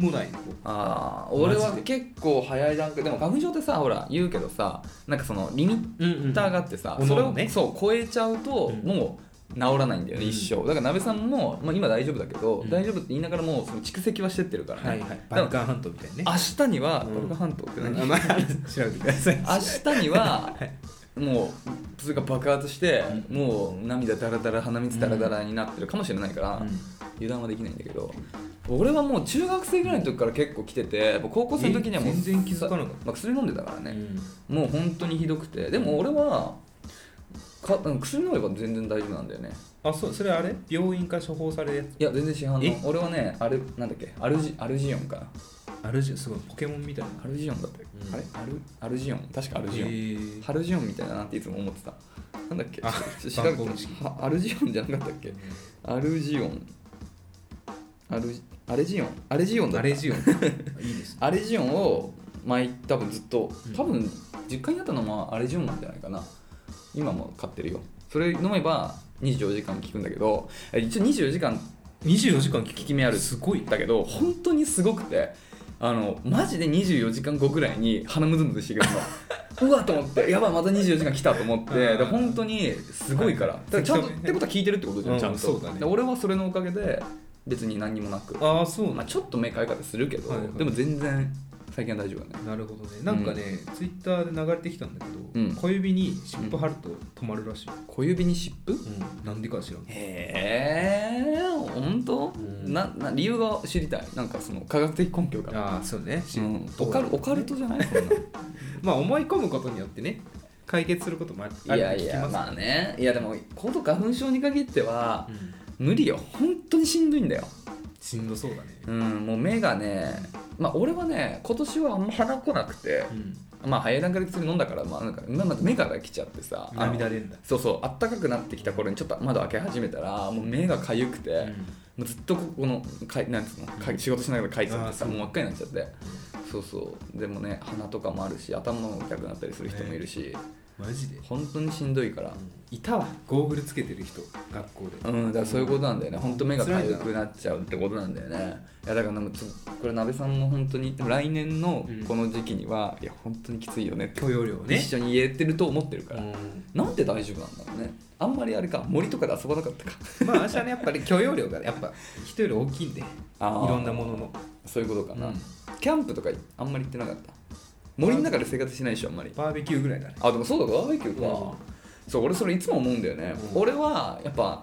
[SPEAKER 1] もないの
[SPEAKER 2] ああ俺は
[SPEAKER 1] マジ
[SPEAKER 2] 結構早い段階でも花粉症ってさほら言うけどさなんかそのリミッ
[SPEAKER 1] うん
[SPEAKER 2] ターがあってさ、
[SPEAKER 1] うん
[SPEAKER 2] それ
[SPEAKER 1] おのお
[SPEAKER 2] を、
[SPEAKER 1] のね
[SPEAKER 2] そう超えちゃうと、
[SPEAKER 1] うん
[SPEAKER 2] もう治らないんだよね、
[SPEAKER 1] うん
[SPEAKER 2] 一生だから鍋さんも、まあ、今大丈夫だけど、
[SPEAKER 1] うん
[SPEAKER 2] 大丈夫って言いながらもうその蓄積はしてってるからね、
[SPEAKER 1] はいはい
[SPEAKER 2] だか
[SPEAKER 1] バ
[SPEAKER 2] ら
[SPEAKER 1] ルカン半島みたいにね
[SPEAKER 2] 明日には、
[SPEAKER 1] うん
[SPEAKER 2] バルカン半島って何
[SPEAKER 1] あまあ調べてください
[SPEAKER 2] 明日に はもうそれが爆発して、もう涙だらだら鼻水だらだらになってるかもしれないから、油断はできないんだけど俺はもう中学生ぐらいの時から結構来ててやっぱ高校生の時にはもう
[SPEAKER 1] え全然気づかなかっ
[SPEAKER 2] まあ、薬飲んでたから
[SPEAKER 1] た
[SPEAKER 2] ね、もう本当にひどくてでも俺はかうん薬飲めば全然大丈夫なんだよね
[SPEAKER 1] あそうそれあれ病院から処方されるやつ
[SPEAKER 2] いや全然市販
[SPEAKER 1] え
[SPEAKER 2] の俺はねあれなんだっけアルジアルジオンかな
[SPEAKER 1] アルジすごいポケモンみたいな
[SPEAKER 2] アルジオンだったよ、
[SPEAKER 1] うん
[SPEAKER 2] あれアルアルジオン確かアルジオン、
[SPEAKER 1] ン
[SPEAKER 2] ハルジオンみたいだなっていつも思ってたなんだっけ
[SPEAKER 1] あ
[SPEAKER 2] ちょ調べ
[SPEAKER 1] 番号の
[SPEAKER 2] て
[SPEAKER 1] 式
[SPEAKER 2] はアルジオンじゃなかったっけアルジオンアルジアレジオンアレジオンだ
[SPEAKER 1] ア
[SPEAKER 2] った
[SPEAKER 1] レジオン いいですね
[SPEAKER 2] アレジオンを毎多分ずっと
[SPEAKER 1] うん
[SPEAKER 2] 多分実家にあったのはアレジオンなんじゃないかな今も買ってるよそれ飲めば24時間効くんだけどえ一応24時間効
[SPEAKER 1] 24時間聞き
[SPEAKER 2] き目ある
[SPEAKER 1] すごい
[SPEAKER 2] だけど本当にすごくてあのマジで24時間後ぐらいに鼻むずむずしてくる のうわっと思ってやばいまた24時間来たと思ってで
[SPEAKER 1] うん
[SPEAKER 2] 本当にすごいからだからちゃんとってことは聞いてるってことじゃ
[SPEAKER 1] うんん
[SPEAKER 2] ちゃん
[SPEAKER 1] そ
[SPEAKER 2] と
[SPEAKER 1] うだね
[SPEAKER 2] で俺はそれのおかげで別に何にもなく
[SPEAKER 1] ああそうなん
[SPEAKER 2] まあ、ちょっと目かゆかったりするけど、
[SPEAKER 1] はいはい
[SPEAKER 2] でも全然最近は大丈夫だね
[SPEAKER 1] なるほどねなんかね、ツイッターで流れてきたんだけど、
[SPEAKER 2] うん
[SPEAKER 1] 小指に湿布貼ると止まるらしい、
[SPEAKER 2] 小指に湿布
[SPEAKER 1] うん、なんでか知らん
[SPEAKER 2] へえ本当、
[SPEAKER 1] うん
[SPEAKER 2] なな理由が知りたいなんかその科学的根拠が、
[SPEAKER 1] ああそうね、
[SPEAKER 2] うん、
[SPEAKER 1] ど
[SPEAKER 2] オ
[SPEAKER 1] う
[SPEAKER 2] カルオカルトじ ゃないこんな
[SPEAKER 1] まあ思い込むことによってね解決することもある
[SPEAKER 2] いやい
[SPEAKER 1] ある
[SPEAKER 2] や
[SPEAKER 1] って聞きます
[SPEAKER 2] まあねいやでも高度花粉症に限っては
[SPEAKER 1] うん
[SPEAKER 2] 無理よ本当にしんどいんだよ
[SPEAKER 1] しんどそうだね
[SPEAKER 2] うんもう目がねまあ俺はね今年はあんま鼻来なくて
[SPEAKER 1] うん
[SPEAKER 2] まあ早い段階で薬飲んだからまあなんかまあまあ目が来ちゃってさあの
[SPEAKER 1] 涙出るんだ
[SPEAKER 2] そうそうあったかくなってきた頃にちょっと窓開け始めたらもう目がかゆくて、
[SPEAKER 1] う
[SPEAKER 2] も
[SPEAKER 1] ん
[SPEAKER 2] うずっとここのかいなんつうのかい仕事しながら書いてたってさ
[SPEAKER 1] あーそう
[SPEAKER 2] もう真っ赤になっちゃってそうそうでもね鼻とかもあるし頭も痛くなったりする人もいるし、
[SPEAKER 1] マジで、
[SPEAKER 2] 本当にしんどいから、
[SPEAKER 1] いたわゴーグルつけてる人学校で
[SPEAKER 2] うん、だからそういうことなんだよね、本当目がかゆくなっちゃうってことなんだよね。いやだからなんかちょっとこれ、鍋さんも本当に、でも来年のこの時期には、いや、本当にきついよねって、
[SPEAKER 1] 許容量ね
[SPEAKER 2] 一緒に言えてると思ってるから、
[SPEAKER 1] うん
[SPEAKER 2] なんで大丈夫なんだろうね、あんまりあれか、森とかで遊ばなかったか、
[SPEAKER 1] まあ私はねやっぱり許容量がやっぱ人より大きいんでい
[SPEAKER 2] あー
[SPEAKER 1] ろんなものの
[SPEAKER 2] そういうことかな、
[SPEAKER 1] うん
[SPEAKER 2] キャンプとかあんまり行ってなかった、森の中で生活しないでしょ、あんまり。
[SPEAKER 1] バーベキューぐらいだね
[SPEAKER 2] あ、でもそうだ、バーベキューか、そう、俺、それいつも思うんだよね、
[SPEAKER 1] うん
[SPEAKER 2] 俺はやっぱ、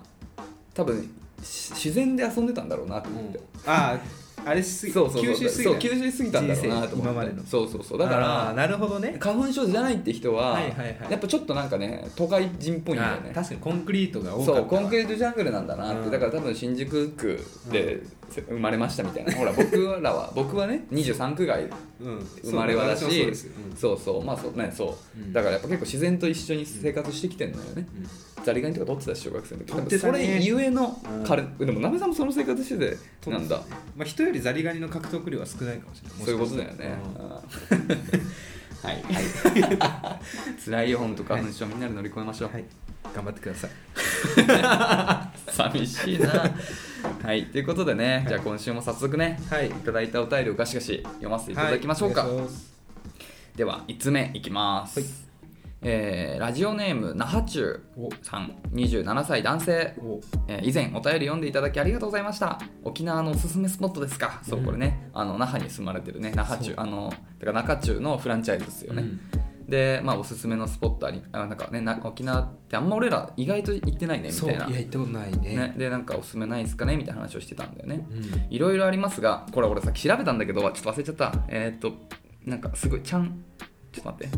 [SPEAKER 2] 多分し自然で遊んでたんだろうなと
[SPEAKER 1] う
[SPEAKER 2] 思って。
[SPEAKER 1] んあああれしすぎ
[SPEAKER 2] そうそうそう
[SPEAKER 1] 吸収しすぎ
[SPEAKER 2] そう
[SPEAKER 1] ない
[SPEAKER 2] 吸収しすぎたんだろうなと思っ
[SPEAKER 1] 人
[SPEAKER 2] て
[SPEAKER 1] 生今までの
[SPEAKER 2] そうそうそうだか
[SPEAKER 1] あー
[SPEAKER 2] ら
[SPEAKER 1] なるほどね
[SPEAKER 2] 花粉症じゃないって人は,、
[SPEAKER 1] はいはいはい
[SPEAKER 2] やっぱちょっとなんかね都会人っぽいんだよ
[SPEAKER 1] あ
[SPEAKER 2] ね
[SPEAKER 1] ー確かにコンクリートが多かった
[SPEAKER 2] そうコンクリ
[SPEAKER 1] ー
[SPEAKER 2] ートジャングルなんだなって、
[SPEAKER 1] うん
[SPEAKER 2] だから多分新宿区で生まれましたみたいなほら僕らは僕はね23区外
[SPEAKER 1] ト、うん、
[SPEAKER 2] 生まれはだし
[SPEAKER 1] そうそうですようん
[SPEAKER 2] そうそうまあそうねそう、
[SPEAKER 1] うん
[SPEAKER 2] だからやっぱ結構自然と一緒に生活してきてんのよね、
[SPEAKER 1] うん
[SPEAKER 2] ザリガニとか取ってたし小学生の時
[SPEAKER 1] 取ってたね
[SPEAKER 2] 多分それゆえの
[SPEAKER 1] うん
[SPEAKER 2] 軽、でもなべさんもその生活しててなんだ、
[SPEAKER 1] まあ、人よりザリガニの獲得量は少ないかもしれない
[SPEAKER 2] そういうことだよね。
[SPEAKER 1] もしかしたら
[SPEAKER 2] はい。辛い よ、本当花粉症、みんなで乗り越えましょう。
[SPEAKER 1] うんはい頑張ってください
[SPEAKER 2] 寂しいな。はい、ということでね、じゃあ今週も早速ね、
[SPEAKER 1] はい
[SPEAKER 2] いただいたお便りをガシガシ読ませていただきましょうか。
[SPEAKER 1] はいお願いします
[SPEAKER 2] では、5つ目いきます。
[SPEAKER 1] はい
[SPEAKER 2] えーラジオネーム、那覇中さん、27歳男性。
[SPEAKER 1] おお
[SPEAKER 2] えー以前お便り読んでいただきありがとうございました沖縄のおすすめスポットですか、そう
[SPEAKER 1] うん
[SPEAKER 2] これねあの那覇に住まれてるね那覇中
[SPEAKER 1] そう
[SPEAKER 2] あのだから中中のフランチャイズですよね、で、まあ、おすすめのスポットありあなんか、ね、な沖縄ってあんま俺ら意外と行ってないねみ
[SPEAKER 1] そ
[SPEAKER 2] た
[SPEAKER 1] う
[SPEAKER 2] い
[SPEAKER 1] いや
[SPEAKER 2] な、
[SPEAKER 1] 行ったことないね
[SPEAKER 2] ね、でなんかおすすめないですかねみたいな話をしてたんだよね
[SPEAKER 1] うん
[SPEAKER 2] いろいろありますがこれ俺さっき調べたんだけどちょっと忘れちゃったえーっとなんかすごいちゃんちょっと待って、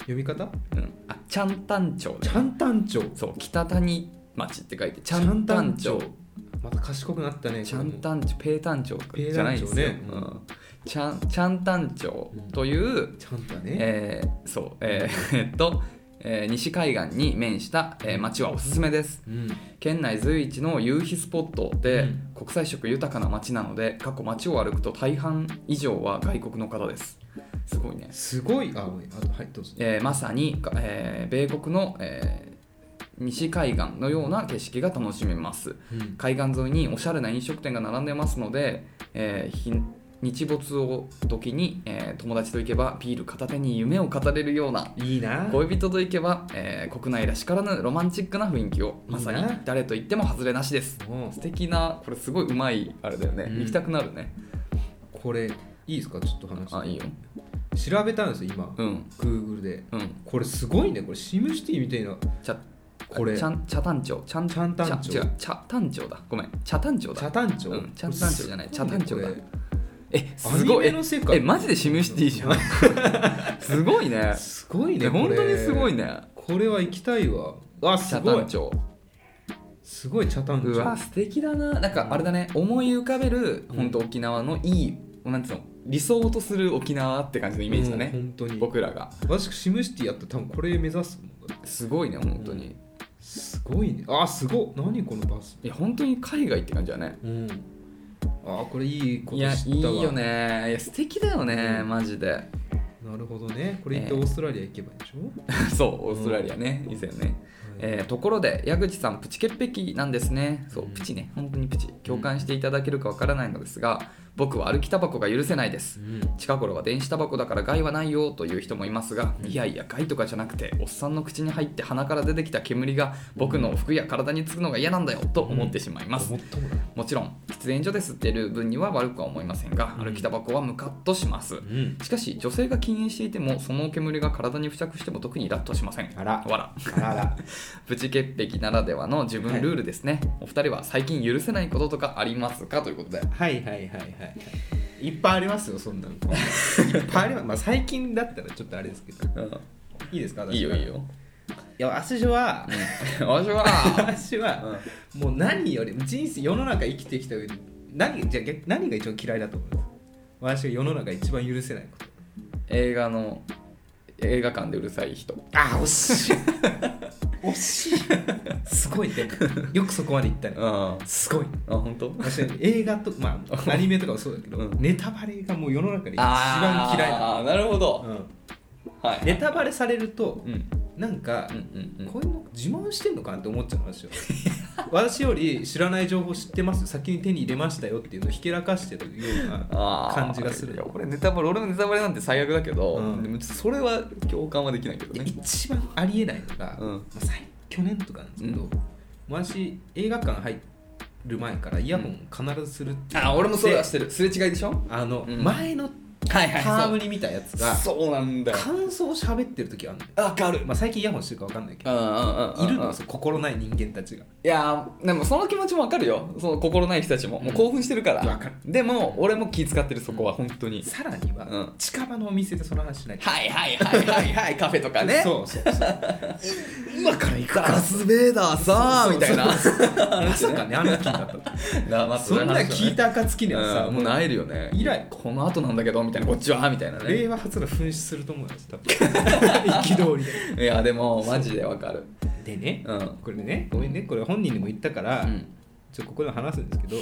[SPEAKER 1] 読み方
[SPEAKER 2] うん、あちゃんたん町
[SPEAKER 1] ちゃんたんちょう
[SPEAKER 2] そう北谷町って書いてちゃんたん町
[SPEAKER 1] また賢くなったね
[SPEAKER 2] ちゃんたんちょ、ペータン町
[SPEAKER 1] ペータンチョ
[SPEAKER 2] じゃないですよ、
[SPEAKER 1] ね
[SPEAKER 2] うん、ちゃんちゃんたん町という、
[SPEAKER 1] ちゃんたね
[SPEAKER 2] えーそう、えーえっと、えー西海岸に面した、えー町はおすすめです
[SPEAKER 1] うん
[SPEAKER 2] 県内随一の夕日スポットで、
[SPEAKER 1] うん
[SPEAKER 2] 国際色豊かな町なので過去町を歩くと大半以上は外国の方ですすごいね、
[SPEAKER 1] すごいあおいあとはいどうぞ
[SPEAKER 2] えーまさに、かえー米国の、えー西海岸のような景色が楽しめます
[SPEAKER 1] うん
[SPEAKER 2] 海岸沿いにおしゃれな飲食店が並んでますので、えーひ日没を時に、えー友達と行けばビール片手に夢を語れるようない
[SPEAKER 1] いな
[SPEAKER 2] 恋人と行けば、えー国内らしからぬロマンチックな雰囲気をまさに
[SPEAKER 1] いいな
[SPEAKER 2] 誰と言っても外れなしです
[SPEAKER 1] うん
[SPEAKER 2] 素敵なこれすごいうまいあれだよね、
[SPEAKER 1] うん
[SPEAKER 2] 行きたくなるね
[SPEAKER 1] これいいですかちょっと話
[SPEAKER 2] あいいよ
[SPEAKER 1] 調べたんですよ今
[SPEAKER 2] うん
[SPEAKER 1] Google で
[SPEAKER 2] うん
[SPEAKER 1] これすごいねこれシムシティみたいな
[SPEAKER 2] ちゃ
[SPEAKER 1] これ
[SPEAKER 2] ちゃん茶炭町ちゃん
[SPEAKER 1] ちゃんたんちょ
[SPEAKER 2] ちゃ違う茶炭町だごめん茶炭町だ
[SPEAKER 1] 茶炭町
[SPEAKER 2] うん茶炭町じゃない茶炭町だ
[SPEAKER 1] これ
[SPEAKER 2] え
[SPEAKER 1] ア
[SPEAKER 2] す
[SPEAKER 1] ニ
[SPEAKER 2] ごい
[SPEAKER 1] メ
[SPEAKER 2] え
[SPEAKER 1] の世界
[SPEAKER 2] えマジでシムシティじゃんすごい ね
[SPEAKER 1] すごいね
[SPEAKER 2] ね
[SPEAKER 1] これ
[SPEAKER 2] 本当にすごいね
[SPEAKER 1] これは行きたいわわ
[SPEAKER 2] 北
[SPEAKER 1] すごい
[SPEAKER 2] 谷町
[SPEAKER 1] すごいチャタンチ
[SPEAKER 2] うわ
[SPEAKER 1] ョ
[SPEAKER 2] 素敵だななんかあれだね思い浮かべる
[SPEAKER 1] うん
[SPEAKER 2] 本当沖縄のいい、なんつうの理想とする沖縄って感じのイメージだね、
[SPEAKER 1] うん本当に
[SPEAKER 2] 僕らが
[SPEAKER 1] 私シムシティやったら多分これ目指すもんだ
[SPEAKER 2] すごいね本当に、
[SPEAKER 1] うんすごいねあすごい何このバス
[SPEAKER 2] いや本当に海外って感じだね
[SPEAKER 1] うんあこれいいこと
[SPEAKER 2] い
[SPEAKER 1] 知った
[SPEAKER 2] や
[SPEAKER 1] わ
[SPEAKER 2] いいよねいや素敵だよね、
[SPEAKER 1] うん
[SPEAKER 2] マジで
[SPEAKER 1] なるほどねこれ行って
[SPEAKER 2] え
[SPEAKER 1] オ
[SPEAKER 2] え
[SPEAKER 1] ーストラリア行けばいいでしょ、
[SPEAKER 2] そうオーストラリアね、以前ね、
[SPEAKER 1] はい
[SPEAKER 2] えーところで矢口さんプチ潔癖なんですねそう
[SPEAKER 1] うん
[SPEAKER 2] プチね本当にプチ共感していただけるかわからないのですが僕は歩きタバコが許せないです
[SPEAKER 1] うん
[SPEAKER 2] 近頃は電子タバコだから害はないよという人もいますが、
[SPEAKER 1] うん
[SPEAKER 2] いやいや害とかじゃなくておっさんの口に入って鼻から出てきた煙が僕の服や体につくのが嫌なんだよと思ってしまいます、
[SPEAKER 1] 思ったもんね
[SPEAKER 2] もちろん喫煙所で吸ってる分には悪くは思いませんが
[SPEAKER 1] うん
[SPEAKER 2] 歩きタバコはムカッとします
[SPEAKER 1] うん
[SPEAKER 2] しかし女性が禁煙していてもその煙が体に付着しても特にイラッとしません
[SPEAKER 1] あら
[SPEAKER 2] わら
[SPEAKER 1] あらあら
[SPEAKER 2] プチ潔癖ならではの自分ルールですね、お二人は最近許せないこととかありますかということで
[SPEAKER 1] はいはいはいはいはいいっぱいありますよそんなのいっぱいあります、まあ、最近だったらちょっとあれですけどいいですか私
[SPEAKER 2] いいよいいよ
[SPEAKER 1] いや私は
[SPEAKER 2] わし は
[SPEAKER 1] 私はもう何よりも人生世の中生きてきた上で何じゃあ逆何が一番嫌いだと思います私が世の中一番許せないこと
[SPEAKER 2] 映画の映画館でうるさい人
[SPEAKER 1] あ惜 しい惜しい すごいねよくそこまでいったね
[SPEAKER 2] あ
[SPEAKER 1] すごい
[SPEAKER 2] 本 当
[SPEAKER 1] 私映画とま あアニメとかもそうだけど、
[SPEAKER 2] うん
[SPEAKER 1] ネタバレがもう世の中で一番嫌いな
[SPEAKER 2] あーなるほど、
[SPEAKER 1] の、うん
[SPEAKER 2] はい
[SPEAKER 1] ネタバレされると
[SPEAKER 2] うん
[SPEAKER 1] なんか、
[SPEAKER 2] うんうんうん
[SPEAKER 1] こういうの自慢してんのかなって思っちゃう私は 私より知らない情報知ってますよ先に手に入れましたよっていうのをひけらかしてるような
[SPEAKER 2] あー
[SPEAKER 1] 感じがする
[SPEAKER 2] いや俺ネタバレ俺のネタバレなんて最悪だけど、
[SPEAKER 1] うん
[SPEAKER 2] でもそれは共感はできないけど
[SPEAKER 1] で
[SPEAKER 2] ね
[SPEAKER 1] 一番ありえないのが、
[SPEAKER 2] うん
[SPEAKER 1] まあ最去年とかなんですけど、
[SPEAKER 2] うん
[SPEAKER 1] 私映画館入る前からイヤホン必ずするっていう
[SPEAKER 2] あ俺もそれはしてるすれ違いでしょ
[SPEAKER 1] あの、
[SPEAKER 2] うん
[SPEAKER 1] 前の
[SPEAKER 2] はい
[SPEAKER 1] タ
[SPEAKER 2] そ
[SPEAKER 1] ーム
[SPEAKER 2] う
[SPEAKER 1] に見たやつが
[SPEAKER 2] そうなんだよ
[SPEAKER 1] 感想を喋ってる時あるのよ、
[SPEAKER 2] わかる
[SPEAKER 1] まあ、最近イヤホンしてるか分かんないけ
[SPEAKER 2] う
[SPEAKER 1] ど
[SPEAKER 2] んうんうん
[SPEAKER 1] いる
[SPEAKER 2] うん
[SPEAKER 1] のよそう心ない人間たちが
[SPEAKER 2] いやーでもその気持ちもわかるよその心ない人たちももう興奮してるから、
[SPEAKER 1] うんわかる
[SPEAKER 2] でも俺も気遣ってるそこは本当に、
[SPEAKER 1] さらには、
[SPEAKER 2] うん
[SPEAKER 1] 近場のお店でその話しない
[SPEAKER 2] はいはいはいはいはいカフェとかね
[SPEAKER 1] そうそう そう
[SPEAKER 2] 今から行くかラスベーダーさーみたいな
[SPEAKER 1] まさかねあの金だった と
[SPEAKER 2] な まあ
[SPEAKER 1] そんな聞いた暁にはさ、
[SPEAKER 2] うんもうなえるよね
[SPEAKER 1] 以来
[SPEAKER 2] この後なんだけどみたいなこっちはみたいなね
[SPEAKER 1] 令和初の紛失すると思うよ 多分憤り
[SPEAKER 2] いやでもマジでわかる
[SPEAKER 1] ででね、
[SPEAKER 2] うん
[SPEAKER 1] これねごめんねこれ本人にも言ったから、
[SPEAKER 2] うん
[SPEAKER 1] ちょっとここでも話すんですけど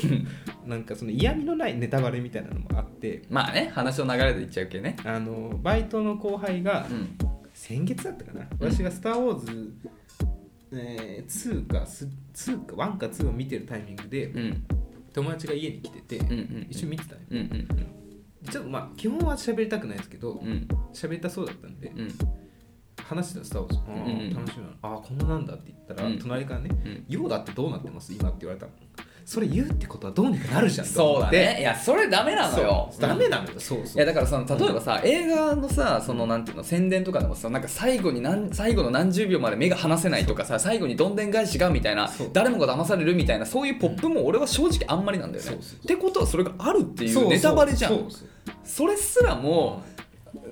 [SPEAKER 1] なんかその嫌味のないネタバレみたいなのもあって
[SPEAKER 2] まあね話の流れでいっちゃうけね
[SPEAKER 1] あのバイトの後輩が
[SPEAKER 2] うん
[SPEAKER 1] 先月だったかな、
[SPEAKER 2] うん
[SPEAKER 1] 私が「スター・ウォーズ」えー、2かす2か1か2を見てるタイミングで
[SPEAKER 2] うん
[SPEAKER 1] 友達が家に来てて、
[SPEAKER 2] うんうん
[SPEAKER 1] 一緒に見てたのよ
[SPEAKER 2] うんうん
[SPEAKER 1] ちょっとまあ基本は喋りたくないですけど
[SPEAKER 2] うん
[SPEAKER 1] 喋りたそうだったんで
[SPEAKER 2] うん
[SPEAKER 1] 話してたのスター・ウォーズ」あ
[SPEAKER 2] うんうん
[SPEAKER 1] ー楽しみなのああこんななんだ」って言ったら、
[SPEAKER 2] うん
[SPEAKER 1] 隣からね
[SPEAKER 2] うん
[SPEAKER 1] 「ようだってどうなってます今」って言われたのそれ言うってことはどうにかなるじゃんと
[SPEAKER 2] そう
[SPEAKER 1] 思っ
[SPEAKER 2] だ
[SPEAKER 1] て
[SPEAKER 2] ねいやそれダメなのよ
[SPEAKER 1] そうダメなのよそう
[SPEAKER 2] い
[SPEAKER 1] そう
[SPEAKER 2] やだからその例えばさ、映画のさそのなんていうの宣伝とかでもさなんか最後に何最後の何十秒まで目が離せないとかさ最後にどんでん返しがみたいな
[SPEAKER 1] そう
[SPEAKER 2] 誰もが騙されるみたいなそういうポップも俺は正直あんまりなんだよね。
[SPEAKER 1] そうそう
[SPEAKER 2] ってことはそれがあるってい
[SPEAKER 1] そう
[SPEAKER 2] うネタバレじゃん
[SPEAKER 1] そ
[SPEAKER 2] そう
[SPEAKER 1] そう
[SPEAKER 2] れすらも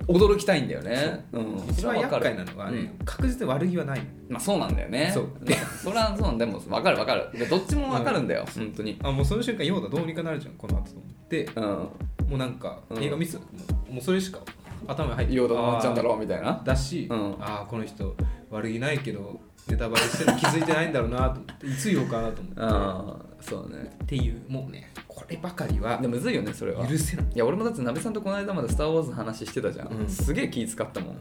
[SPEAKER 2] 驚きたいんだよね。うん
[SPEAKER 1] 一
[SPEAKER 2] それ
[SPEAKER 1] 番
[SPEAKER 2] はわか
[SPEAKER 1] 厄
[SPEAKER 2] る
[SPEAKER 1] 介なのはね、
[SPEAKER 2] うん
[SPEAKER 1] 確実に悪気はない
[SPEAKER 2] まあそうなんだよね。
[SPEAKER 1] そう
[SPEAKER 2] まあそれはそうなんだでもわかるわかる。でどっちもわかるんだよ、本当に。
[SPEAKER 1] あもうその瞬間ようだどうにかなるじゃんこの後と思って
[SPEAKER 2] うん。
[SPEAKER 1] もうなんか
[SPEAKER 2] うん
[SPEAKER 1] 映画見てた、もうもうそれしか頭に入って
[SPEAKER 2] ようだと思っちゃうんだ
[SPEAKER 1] あ
[SPEAKER 2] ろうみたいな
[SPEAKER 1] ー。だし、
[SPEAKER 2] うん
[SPEAKER 1] ああこの人悪気ないけどネタバレしてるの気づいてないんだろうなと思っていつ言おうかなと思って
[SPEAKER 2] うん。そうね。
[SPEAKER 1] っていうもうねこればかりは
[SPEAKER 2] でもむずいよねそれは。
[SPEAKER 1] 許せない
[SPEAKER 2] いや俺もだって鍋さんとこの間まで「スター・ウォーズ」の話してたじゃん、
[SPEAKER 1] うん
[SPEAKER 2] すげえ気使ったもんい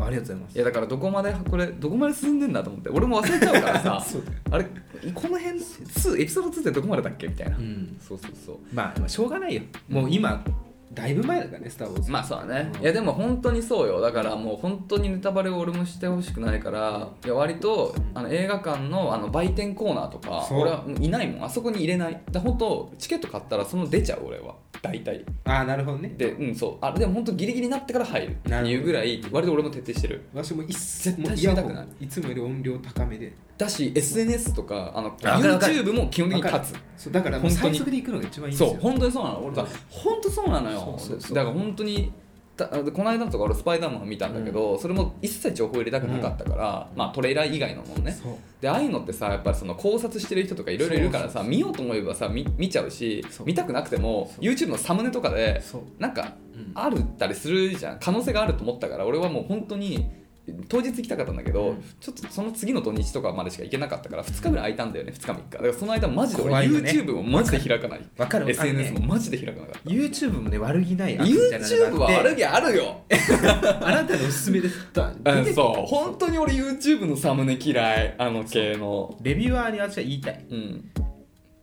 [SPEAKER 1] ありがとうございます
[SPEAKER 2] やだからどこまでこれどこまで進んでんだと思って俺も忘れちゃうからさ
[SPEAKER 1] そうだよ
[SPEAKER 2] あれこの辺2エピソード2ってどこまでだっけみたいな、
[SPEAKER 1] うん
[SPEAKER 2] そうそうそう
[SPEAKER 1] まあまあしょうがないよもう今だいぶ前だからねスター・ウォーズ
[SPEAKER 2] まあそうだね、
[SPEAKER 1] うん
[SPEAKER 2] いやでも本当にそうよだからもう本当にネタバレを俺もしてほしくないからいや割とあの映画館のあの売店コーナーとか
[SPEAKER 1] そう
[SPEAKER 2] 俺はいないもんあそこに入れないだ本当チケット買ったらその出ちゃう俺は大体
[SPEAKER 1] ああなるほどね
[SPEAKER 2] でうんそうあれでも本当ギリギリになってから入るって
[SPEAKER 1] なるほど
[SPEAKER 2] いうぐらい割と俺も徹底してる
[SPEAKER 1] 私も一切
[SPEAKER 2] 絶対
[SPEAKER 1] もう
[SPEAKER 2] 知りたくない
[SPEAKER 1] イヤホンいつもより音量高めで
[SPEAKER 2] だし SNS とかあの
[SPEAKER 1] あわかるわかる
[SPEAKER 2] YouTube も基本的に勝つ
[SPEAKER 1] そうだからもう
[SPEAKER 2] 本当に
[SPEAKER 1] 最速で行くのが一番いいんです
[SPEAKER 2] そ
[SPEAKER 1] よ
[SPEAKER 2] う本当にそうなの俺さ本当そうなのよ
[SPEAKER 1] そうそうそう
[SPEAKER 2] だから本当にたあのこの間のとか俺スパイダーマン見たんだけど、それも一切情報入れたくなかったから、まあトレーラー以外のもんね
[SPEAKER 1] そう
[SPEAKER 2] でああいうのってさやっぱりその考察してる人とかいろいろいるから
[SPEAKER 1] そう
[SPEAKER 2] さ見ようと思えばさ見見ちゃうし
[SPEAKER 1] そう
[SPEAKER 2] 見たくなくても
[SPEAKER 1] そう
[SPEAKER 2] YouTube のサムネとかで
[SPEAKER 1] そう
[SPEAKER 2] なんか
[SPEAKER 1] うん
[SPEAKER 2] あるったりするじゃん可能性があると思ったから俺はもう本当に当日行きたかったんだけど、
[SPEAKER 1] うん
[SPEAKER 2] ちょっとその次の土日とかまでしか行けなかったから2日ぐらい空いたんだよね2日3日だからその間マジで俺
[SPEAKER 1] 怖いよね
[SPEAKER 2] YouTube もマジで開かない
[SPEAKER 1] わかるわかるね
[SPEAKER 2] SNS もマジで開かなかった
[SPEAKER 1] YouTube もね悪気ないアプリみたいなのがあって
[SPEAKER 2] YouTube は悪気あるよ
[SPEAKER 1] あなたのおすすめ です
[SPEAKER 2] うんそう本当に俺 YouTube のサムネ嫌いあの系の
[SPEAKER 1] レビュアーに私は言いたい
[SPEAKER 2] うん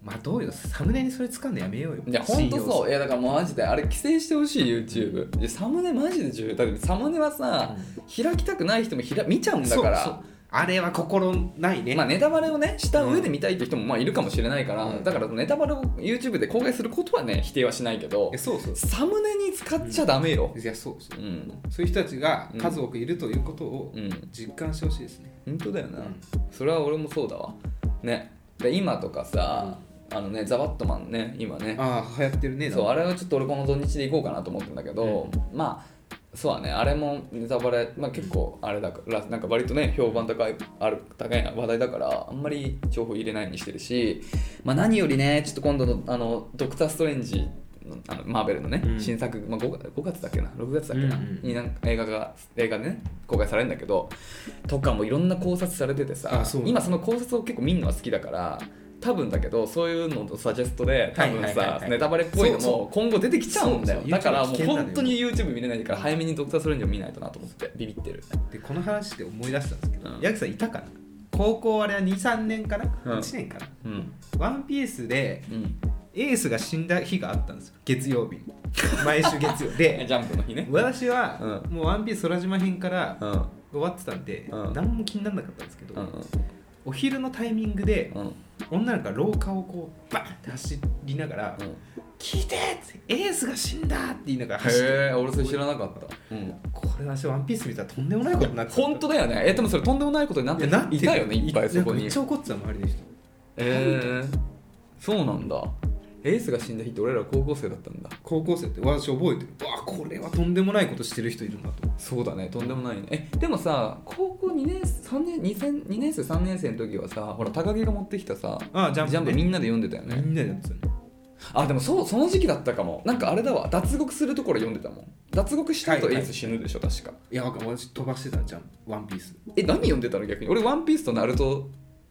[SPEAKER 1] まあどうよサムネにそれ使うのやめようよ
[SPEAKER 2] いや本当
[SPEAKER 1] 信用
[SPEAKER 2] そういやだからもうマジであれ規制してほしい YouTube いやサムネマジで重要だってサムネはさ開きたくない人もひら見ちゃうんだから
[SPEAKER 1] そうそうあれは心ないね、
[SPEAKER 2] まあ、ネタバレをねした上で見たいって人もまあいるかもしれないから、
[SPEAKER 1] うん
[SPEAKER 2] だからネタバレを YouTube で公開することはね否定はしないけ
[SPEAKER 1] い
[SPEAKER 2] ど
[SPEAKER 1] やそうそう
[SPEAKER 2] サムネに使っちゃダメよ
[SPEAKER 1] いやそうそう
[SPEAKER 2] うん、
[SPEAKER 1] そういう人たちが数多くいるということを
[SPEAKER 2] うん
[SPEAKER 1] 実感してほしいですね、
[SPEAKER 2] 本当だよな、
[SPEAKER 1] うん
[SPEAKER 2] それは俺もそうだわねで今とかさ、あのねザ・バットマンね今ね
[SPEAKER 1] ああ流行ってるね
[SPEAKER 2] そう
[SPEAKER 1] なんか
[SPEAKER 2] あれはちょっと俺この土日で行こうかなと思ってんだけど、まあそうだねあれもネタバレ、まあ、結構あれだからなんか割とね評判高いある高いな話題だからあんまり情報入れないようにしてるし、まあ、何よりねちょっと今度のあの「ドクター・ストレンジの」あのマーベルのね、
[SPEAKER 1] うん
[SPEAKER 2] 新作、まあ、5, 月5月だっけな6月だっけな,、
[SPEAKER 1] うんうん
[SPEAKER 2] になんか映画が映画でね公開されるんだけどとかもいろんな考察されててさ
[SPEAKER 1] あそう
[SPEAKER 2] 今その考察を結構見るのは好きだから多分だけどそういうのとサジェストで多分
[SPEAKER 1] はいはいはい
[SPEAKER 2] さ
[SPEAKER 1] はい
[SPEAKER 2] ネタバレっぽいの
[SPEAKER 1] そうそ
[SPEAKER 2] も今後出てきちゃうんだよ
[SPEAKER 1] そうそう
[SPEAKER 2] だから
[SPEAKER 1] YouTube
[SPEAKER 2] もう
[SPEAKER 1] 危険なのよ
[SPEAKER 2] 本当に YouTube 見れないから早めに「ドクター・ストレンジ」を見ないとなと思ってビビってる
[SPEAKER 1] でこの話で思い出したんですけど、
[SPEAKER 2] うん
[SPEAKER 1] ヤクさんいたかな高校あれは23年かな、
[SPEAKER 2] うん
[SPEAKER 1] 1年かな
[SPEAKER 2] うん
[SPEAKER 1] ワンピースで
[SPEAKER 2] うん
[SPEAKER 1] エースが死んだ日があったんですよ月曜 日に毎週月曜で
[SPEAKER 2] ジャンプの日ね
[SPEAKER 1] 私は
[SPEAKER 2] う
[SPEAKER 1] もう「ワンピース空島編から
[SPEAKER 2] うんうん
[SPEAKER 1] 終わってたんで、
[SPEAKER 2] うん
[SPEAKER 1] 何も気にならなかったんですけど、
[SPEAKER 2] うん
[SPEAKER 1] お昼のタイミングで
[SPEAKER 2] うん
[SPEAKER 1] 女の子が廊下をこうバーンって走りながら「
[SPEAKER 2] うん
[SPEAKER 1] 聞いて!」って「エースが死んだ!」って言いながら
[SPEAKER 2] へ
[SPEAKER 1] 走って
[SPEAKER 2] え俺それ知らなかったうん
[SPEAKER 1] これ私ワンピース見たらとんでもないことになってた
[SPEAKER 2] 本当だよねえでもそれとんでもないことにな
[SPEAKER 1] い
[SPEAKER 2] って
[SPEAKER 1] や
[SPEAKER 2] る
[SPEAKER 1] なって
[SPEAKER 2] いたよねいっぱいそこ
[SPEAKER 1] なんかめ
[SPEAKER 2] に
[SPEAKER 1] っちゃ怒ってた周りの人
[SPEAKER 2] えーそうなんだエースが死んだ日って俺ら高校生だったんだ
[SPEAKER 1] 高校生って私覚えてるわあこれはとんでもないことしてる人いるなと
[SPEAKER 2] そうだねとんでもないねえでもさ高校2年3年2年二年生3年生の時はさほら高木が持ってきたさ
[SPEAKER 1] ああジャンプね
[SPEAKER 2] みんなで読んでたよ
[SPEAKER 1] み
[SPEAKER 2] ね
[SPEAKER 1] んなでやってたね
[SPEAKER 2] あでもそうその時期だったかもなんかあれだわ脱獄するところ読んでたもん脱獄した後
[SPEAKER 1] はい
[SPEAKER 2] エ
[SPEAKER 1] はい
[SPEAKER 2] ース死ぬでしょ、確か
[SPEAKER 1] いやわかんない私飛ばしてたじゃんワンピース
[SPEAKER 2] え何読んでたの逆に俺「ワンピースと「ナルト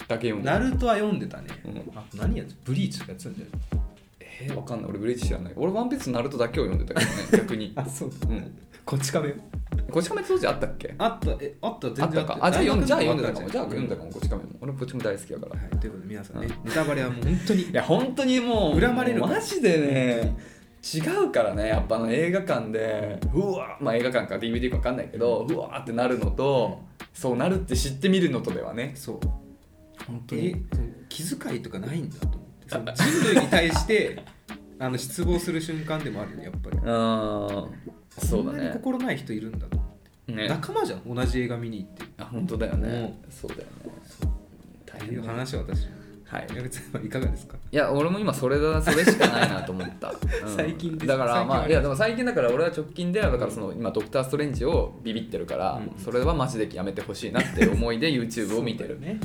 [SPEAKER 2] だけ読んでた
[SPEAKER 1] ナルトは読んでたね、
[SPEAKER 2] うん
[SPEAKER 1] あと何やつブリーチとかやってたんじゃない
[SPEAKER 2] えー、わかんない俺ブレイチ知らない俺「ワンピースと「ナルトだけを読んでた けどね逆に
[SPEAKER 1] あそうだ
[SPEAKER 2] うん
[SPEAKER 1] こっち亀
[SPEAKER 2] こっち亀当時あったっけ
[SPEAKER 1] あったえあった全
[SPEAKER 2] あ
[SPEAKER 1] 然
[SPEAKER 2] ったかあじゃあ読んじゃあ読んでたかもじゃあ読ん
[SPEAKER 1] だ
[SPEAKER 2] だかもこっち亀も俺こっちも大好きだから
[SPEAKER 1] はい、ということで皆さんね、ネタバレはもう本当に
[SPEAKER 2] いや本当にもう
[SPEAKER 1] 恨まれる
[SPEAKER 2] マジでね違うからねやっぱあの映画館でうわまあ映画館か DVD か分かんないけどうわーってなるのとそうなるって知ってみるのとではね
[SPEAKER 1] そう
[SPEAKER 2] 本当
[SPEAKER 1] え
[SPEAKER 2] に
[SPEAKER 1] その気遣いとかないんだと思ってその人類に対してあの失望する瞬間でもあるよねやっぱり
[SPEAKER 2] うんそうだ
[SPEAKER 1] んなに
[SPEAKER 2] ね
[SPEAKER 1] 心ない人いるんだと思って
[SPEAKER 2] ね
[SPEAKER 1] 仲間じゃん同じ映画見に行って
[SPEAKER 2] あ本当だよねそうだよね大
[SPEAKER 1] ってい
[SPEAKER 2] 変
[SPEAKER 1] う
[SPEAKER 2] だね
[SPEAKER 1] 話は私
[SPEAKER 2] はい
[SPEAKER 1] 矢口さんはいかがですか
[SPEAKER 2] いや俺も今それだそれしかないなと 思った、うん
[SPEAKER 1] 最近です
[SPEAKER 2] だから
[SPEAKER 1] 最近
[SPEAKER 2] ま
[SPEAKER 1] は
[SPEAKER 2] あいやでも最近だから俺は直近ではだからその今「ドクターストレンジ」をビビってるから、
[SPEAKER 1] うん
[SPEAKER 2] それはマジでやめてほしいなっていう思いで YouTube を見てる
[SPEAKER 1] ね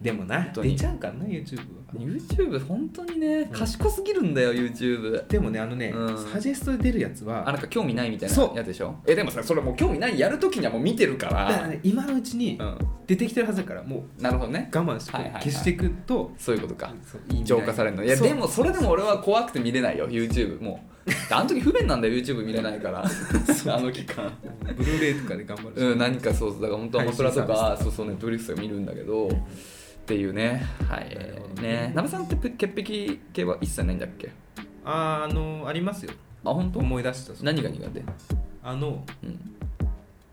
[SPEAKER 1] でもな
[SPEAKER 2] 当に
[SPEAKER 1] 出ちゃうからな YouTube は
[SPEAKER 2] YouTube 本当にね
[SPEAKER 1] ん
[SPEAKER 2] 賢すぎるんだよ YouTube
[SPEAKER 1] でもねあのね
[SPEAKER 2] うん
[SPEAKER 1] サジェストで出るやつ
[SPEAKER 2] あ
[SPEAKER 1] は
[SPEAKER 2] なんか興味ないみたいな
[SPEAKER 1] そう
[SPEAKER 2] やつでしょえでもさそれもう興味ないやるときにはもう見てるか
[SPEAKER 1] だから
[SPEAKER 2] ら、
[SPEAKER 1] ね今の うちに
[SPEAKER 2] う、
[SPEAKER 1] 出てきてるはずだからもうん
[SPEAKER 2] なるほどね
[SPEAKER 1] 我慢してこ
[SPEAKER 2] はいは
[SPEAKER 1] う
[SPEAKER 2] いはい
[SPEAKER 1] 消していくと
[SPEAKER 2] そういうことか
[SPEAKER 1] そういい未来
[SPEAKER 2] 浄化されるのいや
[SPEAKER 1] そう
[SPEAKER 2] でもそれでも俺は怖くて見れないよ YouTube も うあの時不便なんだよ YouTube 見れないから あの期間
[SPEAKER 1] ブルーレイとかで頑張るし
[SPEAKER 2] うん、何かそうそうだから本当は
[SPEAKER 1] 配
[SPEAKER 2] モ
[SPEAKER 1] 信
[SPEAKER 2] トラとかそうそうネットフリックス見るんだけどっていうねはい
[SPEAKER 1] なるほどね
[SPEAKER 2] ねなべさんってぷ潔癖系は一切ないんだっけ
[SPEAKER 1] あーあのありますよ
[SPEAKER 2] あ本当
[SPEAKER 1] 思い出したそれ
[SPEAKER 2] 何が苦手
[SPEAKER 1] あの
[SPEAKER 2] うん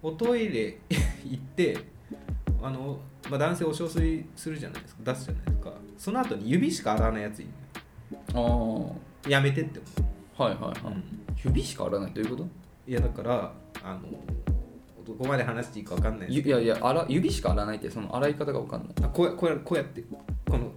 [SPEAKER 1] おトイレ 行ってあの、まあ、男性お小水するじゃないですか出すじゃないですかその後に指しか洗わないやついる
[SPEAKER 2] ああ
[SPEAKER 1] やめてって思
[SPEAKER 2] はいはい
[SPEAKER 1] うん
[SPEAKER 2] 指しか洗わないということ
[SPEAKER 1] ういやだからあのどこまで話していいか分かんない
[SPEAKER 2] ゆ
[SPEAKER 1] です
[SPEAKER 2] いやいや洗指しか洗わないってその洗い方が分かんない
[SPEAKER 1] あこうやこうやこうやってこのこ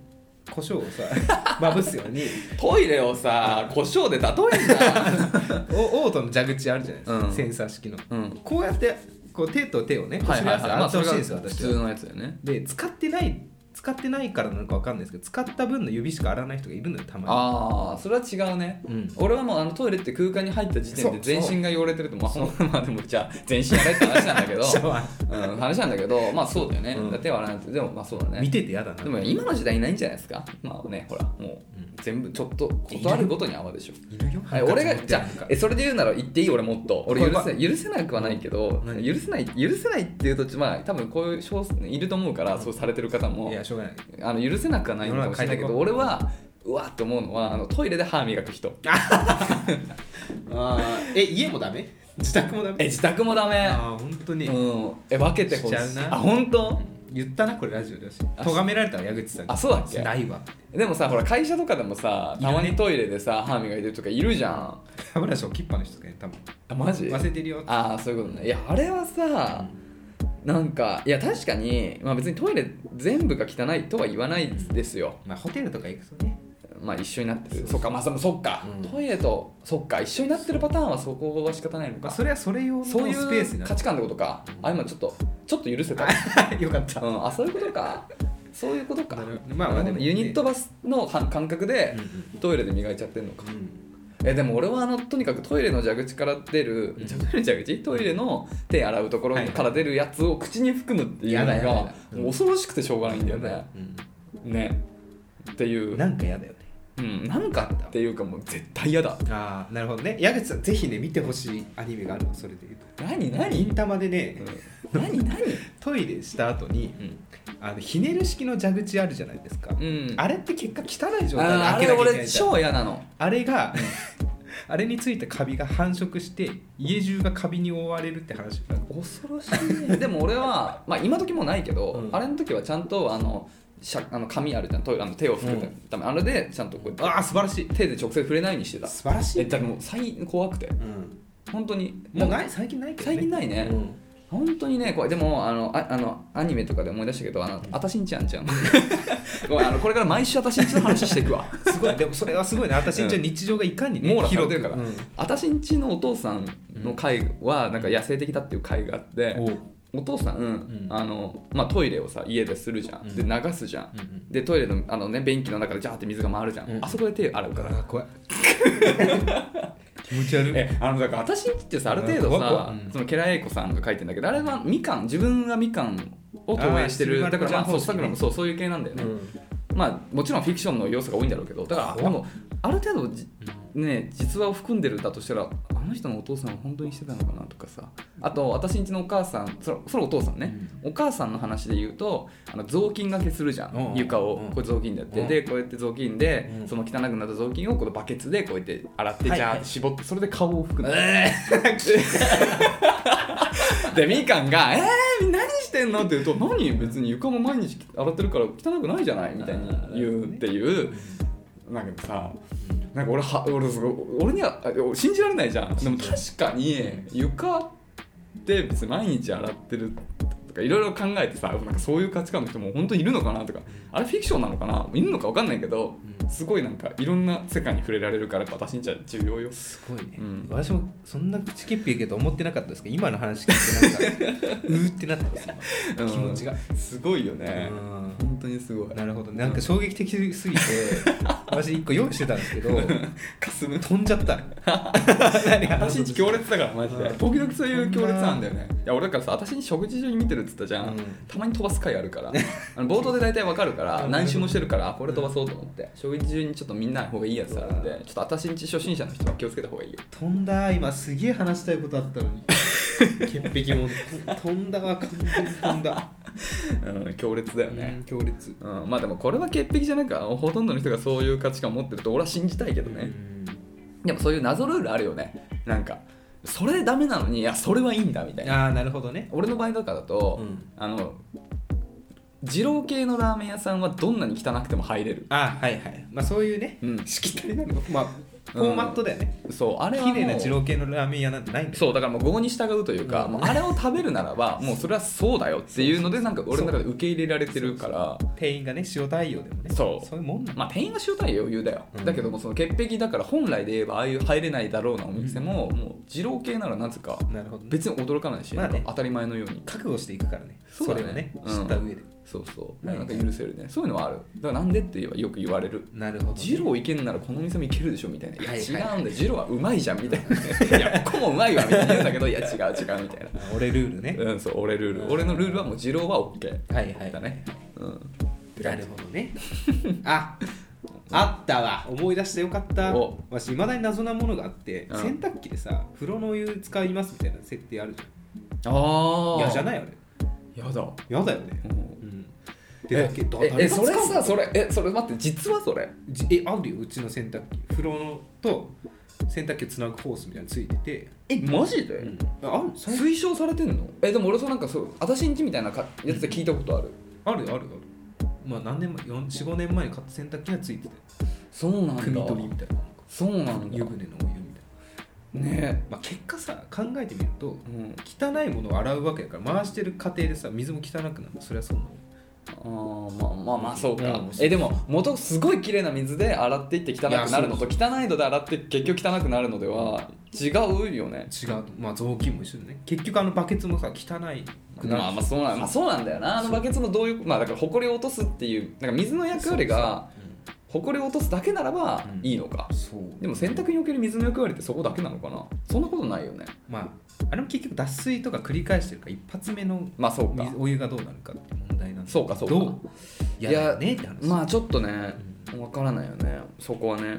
[SPEAKER 1] 胡椒をさ まぶすように
[SPEAKER 2] トイレをさ胡椒で例えんな
[SPEAKER 1] おオートの蛇口あるじゃないですか、
[SPEAKER 2] うん
[SPEAKER 1] センサー式の、
[SPEAKER 2] うん
[SPEAKER 1] こうやってこう手と手をね こすり合わせて洗ってほしいんですよ、
[SPEAKER 2] 普
[SPEAKER 1] 私
[SPEAKER 2] 通
[SPEAKER 1] は
[SPEAKER 2] のやつだよね
[SPEAKER 1] で使ってない使ってないからなのかわかんないですけど使った分の指しか洗わない人がいるのよたま
[SPEAKER 2] ああそれは違うね、
[SPEAKER 1] うん
[SPEAKER 2] 俺はもうあのトイレって空間に入った時点で
[SPEAKER 1] そうそう
[SPEAKER 2] 全身が汚れてるとまあほんまあでもじゃあ全身洗えって話なんだけ ど
[SPEAKER 1] にシャワー
[SPEAKER 2] うん、話なんだけどまあそうだよね、
[SPEAKER 1] うん
[SPEAKER 2] だ手は洗わないとでもまあそうだね
[SPEAKER 1] 見ててやだな
[SPEAKER 2] でも今の時代ないんじゃないですかまあねほらも
[SPEAKER 1] うん
[SPEAKER 2] う全部ちょっと断るごとに泡でしょ
[SPEAKER 1] いるよ
[SPEAKER 2] はい、俺がじゃあえそれで言うなら言っていい俺もっと俺許
[SPEAKER 1] 怖
[SPEAKER 2] せ
[SPEAKER 1] い
[SPEAKER 2] 許せなくはないけど
[SPEAKER 1] 何
[SPEAKER 2] 許せない許せないっていうとまあ多分こういう少数いると思うからそうされてる方も
[SPEAKER 1] いやしょうがない
[SPEAKER 2] あの許せなくはないのかもしれないけ
[SPEAKER 1] 世
[SPEAKER 2] ど
[SPEAKER 1] の中
[SPEAKER 2] 俺はうわって思うのはあのトイレで歯磨く人
[SPEAKER 1] あえ家もダメ自宅もダ
[SPEAKER 2] え
[SPEAKER 1] メ
[SPEAKER 2] 自宅もダメ
[SPEAKER 1] ああ本当に、
[SPEAKER 2] うんえ分けてほしい
[SPEAKER 1] しちゃうな
[SPEAKER 2] あ本当
[SPEAKER 1] 言ったなこれラジオで私咎められたわ矢口さんに
[SPEAKER 2] あそうだっけ
[SPEAKER 1] ないわ
[SPEAKER 2] でもさほら会社とかでもさたまにトイレでさ歯磨いてるとかいるじゃん
[SPEAKER 1] 歯ブラシを切っぱの人とかね多分
[SPEAKER 2] あマジ
[SPEAKER 1] 忘れてるよ
[SPEAKER 2] ああそういうことねいやあれはさなんかいや確かに、まあ、別にトイレ全部が汚いとは言わないですよ
[SPEAKER 1] まあホテルとか行くとね
[SPEAKER 2] まあ一緒になってるそっかまあそそっか、
[SPEAKER 1] うん
[SPEAKER 2] トイレとそっか一緒になってるパターンはそこは仕方ないの
[SPEAKER 1] ま
[SPEAKER 2] か
[SPEAKER 1] あそれはそれ用のスペ
[SPEAKER 2] そうい
[SPEAKER 1] ースに
[SPEAKER 2] う
[SPEAKER 1] な
[SPEAKER 2] 価値観ってことか、あ今ちょっとちょっと許せた、
[SPEAKER 1] るよかった
[SPEAKER 2] うん、あそういうことかそういうことか
[SPEAKER 1] なるほどまあまあでも
[SPEAKER 2] ユニットバスの感感覚で
[SPEAKER 1] うんうん
[SPEAKER 2] トイレで磨いちゃってんのか、
[SPEAKER 1] うん
[SPEAKER 2] えでも俺はあのとにかくトイレの蛇口から出る、
[SPEAKER 1] うん
[SPEAKER 2] じゃトイレの蛇口トイレの手洗うところ
[SPEAKER 1] はいはい
[SPEAKER 2] から出るやつを口に含むっていうのが
[SPEAKER 1] やだやだやだ
[SPEAKER 2] もう恐ろしくてしょうがないんだよね。
[SPEAKER 1] う
[SPEAKER 2] ねってい
[SPEAKER 1] ん
[SPEAKER 2] う
[SPEAKER 1] なんか嫌だよね
[SPEAKER 2] うん、なんかっていうかもう絶対嫌だ
[SPEAKER 1] ああなるほどね矢口さんぜひね見てほしいアニメがあるのそれで言うと
[SPEAKER 2] 何何
[SPEAKER 1] 銀玉でね
[SPEAKER 2] 何何
[SPEAKER 1] トイレした後に
[SPEAKER 2] うん、
[SPEAKER 1] あのひねる式の蛇口あるじゃないですか、
[SPEAKER 2] うん、
[SPEAKER 1] あれって結果汚い状態で
[SPEAKER 2] ああ
[SPEAKER 1] 開けなきゃいけ
[SPEAKER 2] れ
[SPEAKER 1] な
[SPEAKER 2] 俺
[SPEAKER 1] いじゃん
[SPEAKER 2] 超嫌なの
[SPEAKER 1] あれがあれについたカビが繁殖して家中がカビに覆われるって話が
[SPEAKER 2] 恐ろしいね でも俺は、まあ、今時もないけど、
[SPEAKER 1] うん
[SPEAKER 2] あれの時はちゃんとあのしゃあの紙あるじゃんトイレあの手を拭くため、あれでちゃんとこうやっ
[SPEAKER 1] ああ素晴らしい
[SPEAKER 2] て手で直接触れないようにしてた
[SPEAKER 1] 素晴らし
[SPEAKER 2] え
[SPEAKER 1] い、
[SPEAKER 2] だからもう最怖くて
[SPEAKER 1] うん、
[SPEAKER 2] 本当に
[SPEAKER 1] もう
[SPEAKER 2] なんか
[SPEAKER 1] ない最近ないけど、ね、
[SPEAKER 2] 最近ないね、
[SPEAKER 1] うん
[SPEAKER 2] 本当にね怖いでもあのああのアニメとかで思い出したけどあのあたしんちゃんちゃん ごめんあのこれから毎週あたしんちの話していくわ
[SPEAKER 1] すごいでもそれはすごいね私一応
[SPEAKER 2] うん
[SPEAKER 1] 日常がいかにね、
[SPEAKER 2] 網羅され
[SPEAKER 1] 広
[SPEAKER 2] て
[SPEAKER 1] く
[SPEAKER 2] るから、
[SPEAKER 1] うん
[SPEAKER 2] 私んちのお父さんの会はなんか野生的だっていう会があって、
[SPEAKER 1] おう
[SPEAKER 2] お父さん、
[SPEAKER 1] ん
[SPEAKER 2] あのまあ、トイレをさ家でするじゃん、
[SPEAKER 1] うん
[SPEAKER 2] で流すじゃん、
[SPEAKER 1] うんうん
[SPEAKER 2] でトイレのあの、ね、便器の中でジャーって水が回るじゃん、
[SPEAKER 1] うん
[SPEAKER 2] あそこで手洗うから、
[SPEAKER 1] あー怖い気持ち悪い
[SPEAKER 2] えあのだから私んちってさある程
[SPEAKER 1] う
[SPEAKER 2] 度
[SPEAKER 1] ん怖
[SPEAKER 2] さ、
[SPEAKER 1] いうん
[SPEAKER 2] そのケラエイコさんが書いてんだけどあれはみかん自分がみかんを投影してる
[SPEAKER 1] あー
[SPEAKER 2] だからま
[SPEAKER 1] シ
[SPEAKER 2] あ
[SPEAKER 1] ルバージャ
[SPEAKER 2] そう
[SPEAKER 1] ン
[SPEAKER 2] さくらもそうそういう系なんだよね、
[SPEAKER 1] う
[SPEAKER 2] まあもちろんフィクションの要素が多いんだろうけどだから
[SPEAKER 1] そう
[SPEAKER 2] でもある程度じね実話を含んでるんだとしたらあの人のお父さんは本当にしてたのかなとかさあと私んちのお母さんそれそれお父さんね、お母さんの話で言うとあの雑巾がけするじゃん、
[SPEAKER 1] うん
[SPEAKER 2] 床を、
[SPEAKER 1] うん
[SPEAKER 2] これ雑巾でやって、
[SPEAKER 1] うん
[SPEAKER 2] でこうやって雑巾で、
[SPEAKER 1] うん
[SPEAKER 2] その汚くなった雑巾をこのバケツでこうやって洗って、
[SPEAKER 1] はい
[SPEAKER 2] じゃ
[SPEAKER 1] は
[SPEAKER 2] あ絞ってそれで顔を拭くの、
[SPEAKER 1] え
[SPEAKER 2] でみかんが「えー、何してんの?」って言うと「何別に床も毎日洗ってるから汚くないじゃない」みたいに言うっていうなんかさなんか俺は俺すごい俺にはあ信じられないじゃんでも確かに床って別に毎日洗ってるとかいろいろ考えてさなんかそういう価値観の人も本当にいるのかなとかあれフィクションなのかないるのか分かんないけど
[SPEAKER 1] うん
[SPEAKER 2] すごいなんかいろんな世界に触れられるからやっぱ私にちゃ重要よ
[SPEAKER 1] すごいね、
[SPEAKER 2] うん
[SPEAKER 1] 私もそんな口きっぴいけど思ってなかったですけど今の話聞いて なんかうーってなったんですよ
[SPEAKER 2] うん
[SPEAKER 1] 気持ちが
[SPEAKER 2] すごいよね
[SPEAKER 1] うん
[SPEAKER 2] 本当にすごい
[SPEAKER 1] なるほどなんか衝撃的すぎ て私一個用意してたんですけど
[SPEAKER 2] かすむ
[SPEAKER 1] 飛んじゃった
[SPEAKER 2] 私んち強烈だからマジで
[SPEAKER 1] うん
[SPEAKER 2] 時々そういう強烈なんだよねいや俺だからさ私に食事中に見てるっつったじゃん、
[SPEAKER 1] うん
[SPEAKER 2] たまに飛ばす回ある からあの冒頭で大体わかるから何周もしてるからあこれ飛ばそうと思って食事中にちょっとみんなの方がいいやつあるんでちょっと私んち初心者の人は気をつけた方がいいよ
[SPEAKER 1] 飛んだ今すげえ話したいことあった のに潔癖も飛んだわ完全に飛んだ、
[SPEAKER 2] うん強烈だよね
[SPEAKER 1] うん強烈
[SPEAKER 2] うん、まあでもこれは潔癖じゃないからほとんどの人がそういう価値観を持ってると俺は信じたいけどね、でもそういう謎ルールあるよねなんかそれダメなのにいやそれはいいんだみたいな
[SPEAKER 1] ああなるほどね
[SPEAKER 2] 俺の場合とかだと、
[SPEAKER 1] うん
[SPEAKER 2] あの二郎系のラーメン屋さんはどんなに汚くても入れる
[SPEAKER 1] あーはいはいまあそういうね、
[SPEAKER 2] うん
[SPEAKER 1] しきたりなのまあフォーマットだよね、
[SPEAKER 2] そうあれはも
[SPEAKER 1] 綺
[SPEAKER 2] う
[SPEAKER 1] 麗な二郎系のラーメン屋なんてないんだよ
[SPEAKER 2] そうだからもう業に従うというか、
[SPEAKER 1] うん
[SPEAKER 2] もうあれを食べるならばもうそれはそうだよっていうのでなんか俺の中で受け入れられてるから
[SPEAKER 1] 店員がね塩対応でもね
[SPEAKER 2] そう
[SPEAKER 1] そういうもんなの
[SPEAKER 2] まあ店員が塩対応余裕だよ、
[SPEAKER 1] うん
[SPEAKER 2] だけどもその潔癖だから本来で言えばああいう入れないだろうなお店も、もう二郎系ならなぜか
[SPEAKER 1] なるほどね、
[SPEAKER 2] 別に驚かないし、
[SPEAKER 1] まあね
[SPEAKER 2] なんか当たり前のように
[SPEAKER 1] 覚悟していくからね
[SPEAKER 2] そうだ
[SPEAKER 1] れをね
[SPEAKER 2] ね
[SPEAKER 1] 知った上で、
[SPEAKER 2] そうそう
[SPEAKER 1] ね
[SPEAKER 2] なんか許せるねそういうのはあるだからなんでって言えばよく言われる
[SPEAKER 1] なるほど、ね、
[SPEAKER 2] 二郎いけんならこの店もいけるでしょみたいな「いや
[SPEAKER 1] はい
[SPEAKER 2] 違
[SPEAKER 1] はい
[SPEAKER 2] うんだ二郎はうまいじゃん」みたい な「いやここもうまいわ」みたいな言うん だけど「いや違う違う」みたいな
[SPEAKER 1] あ俺ルールね、
[SPEAKER 2] うん、そう俺ルール俺のルールはもう二郎は OK
[SPEAKER 1] はいはい
[SPEAKER 2] だね、うん、
[SPEAKER 1] なるほどね ああったわ思い出してよかった
[SPEAKER 2] お
[SPEAKER 1] 私いまだに謎なものがあって、
[SPEAKER 2] うん
[SPEAKER 1] 洗濯機でさ風呂のお湯使いますみたいな設定あるじゃ
[SPEAKER 2] あ
[SPEAKER 1] ん
[SPEAKER 2] あ
[SPEAKER 1] いやじゃ
[SPEAKER 2] い
[SPEAKER 1] ないよね
[SPEAKER 2] やだ、
[SPEAKER 1] やだよねうんでだけど
[SPEAKER 2] え
[SPEAKER 1] 誰が
[SPEAKER 2] え
[SPEAKER 1] 使
[SPEAKER 2] そうれ
[SPEAKER 1] の
[SPEAKER 2] さそれえそれ待って実はそれ
[SPEAKER 1] じえあるようちの洗濯機風呂のと洗濯機をつなぐホースみたいなのついてて、
[SPEAKER 2] えマジで、
[SPEAKER 1] うん、ある最
[SPEAKER 2] 推奨されてんのえでも俺そうなんかそう私んちみたいなかやつで聞いたことある、
[SPEAKER 1] あるよあるよあるまあ何年前45年前に買った洗濯機がついてて
[SPEAKER 2] そうなんだ
[SPEAKER 1] 組み取りみたいな
[SPEAKER 2] そうなんだ
[SPEAKER 1] 湯船のお湯みたいな
[SPEAKER 2] ね
[SPEAKER 1] まあ、結果さ考えてみると
[SPEAKER 2] え、うん、
[SPEAKER 1] 汚いものを洗うわけだから回してる過程でさ水も汚くなるそれはそうなの
[SPEAKER 2] あーまあまあまあそうか、
[SPEAKER 1] うん
[SPEAKER 2] えでも元々すごい綺麗な水で洗っていって汚くなるのと
[SPEAKER 1] い
[SPEAKER 2] 汚いので洗って結局汚くなるのでは違うよね
[SPEAKER 1] 違うまあ雑巾も一緒でね結局あのバケツもさ汚いくなる
[SPEAKER 2] まあまあそうなんまあ、そうなんだよなあのバケツのどういうまあだから埃を落とすっていうなんか水の役割が埃を落とすだけならば
[SPEAKER 1] うん
[SPEAKER 2] いいのか、
[SPEAKER 1] そう
[SPEAKER 2] でも洗濯における水の役割ってそこだけなのかなそんなことないよね
[SPEAKER 1] まああれも結局脱水とか繰り返してるから一発目の
[SPEAKER 2] まあそうか
[SPEAKER 1] 水お湯がどうなるかって問題なんだ
[SPEAKER 2] そうかそうか
[SPEAKER 1] どういや
[SPEAKER 2] いや
[SPEAKER 1] だよねって話
[SPEAKER 2] まあちょっとねわからないよねそこはね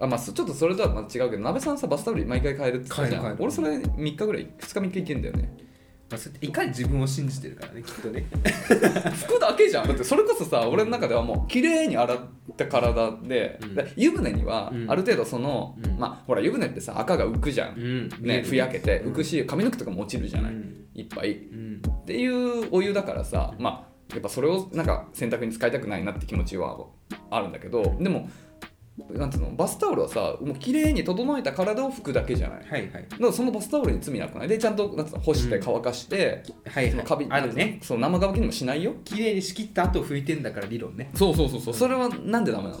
[SPEAKER 2] あまあそちょっとそれとはまた違うけど鍋さんさバスタオル毎回変えるって言ってたじゃ
[SPEAKER 1] 変える変える
[SPEAKER 2] ん俺それ3日ぐらい2日3日いけんだ よね
[SPEAKER 1] まあそうやっていかに自分を信じてるからねきっとね
[SPEAKER 2] 服だけじゃんだってそれこそさ俺の中ではもう綺麗に洗った体で、
[SPEAKER 1] うん
[SPEAKER 2] だ湯船には
[SPEAKER 1] うん
[SPEAKER 2] ある程度その、
[SPEAKER 1] うん
[SPEAKER 2] まあほら湯船ってさ赤が浮くじゃん、
[SPEAKER 1] ん
[SPEAKER 2] ね、ふやけて浮く
[SPEAKER 1] し
[SPEAKER 2] し髪の毛とかも落ちるじゃない、
[SPEAKER 1] うん
[SPEAKER 2] いっぱいっ
[SPEAKER 1] うん
[SPEAKER 2] ていうお湯だからさまあやっぱそれをなんか洗濯に使いたくないなって気持ちはあるんだけどでもなんていうのバスタオルはさもう綺麗に整えた体を拭くだけじゃないだ
[SPEAKER 1] はいはい
[SPEAKER 2] からそのバスタオルに罪なくないでちゃんとなんていうの干して
[SPEAKER 1] うん
[SPEAKER 2] 乾かして、
[SPEAKER 1] はい
[SPEAKER 2] そ
[SPEAKER 1] は
[SPEAKER 2] の
[SPEAKER 1] い
[SPEAKER 2] カビ
[SPEAKER 1] あるね
[SPEAKER 2] そう生乾きにもしないよ
[SPEAKER 1] 綺麗に仕切った後拭いてんだから理論ね
[SPEAKER 2] そうそうそうそうそれはなんでダメなの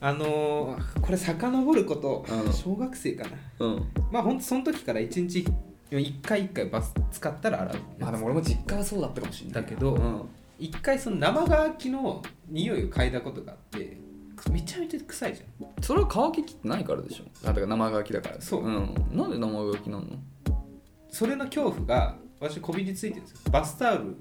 [SPEAKER 1] あのーこれ遡ること、
[SPEAKER 2] うん
[SPEAKER 1] 小学生かな
[SPEAKER 2] うん
[SPEAKER 1] まあほんとその時から一日一回一回バス使ったら洗う
[SPEAKER 2] まあでも俺も実家はそうだったかもしれない
[SPEAKER 1] だけど
[SPEAKER 2] うん、
[SPEAKER 1] 一回その生乾きの匂いを嗅いだことがあってくめちゃめちゃ臭いじゃん
[SPEAKER 2] それは乾ききってないからでしょあだから生乾きだから
[SPEAKER 1] そう
[SPEAKER 2] うん、なんで生乾きなの
[SPEAKER 1] それの恐怖が私こびりついてるんですよバスタオル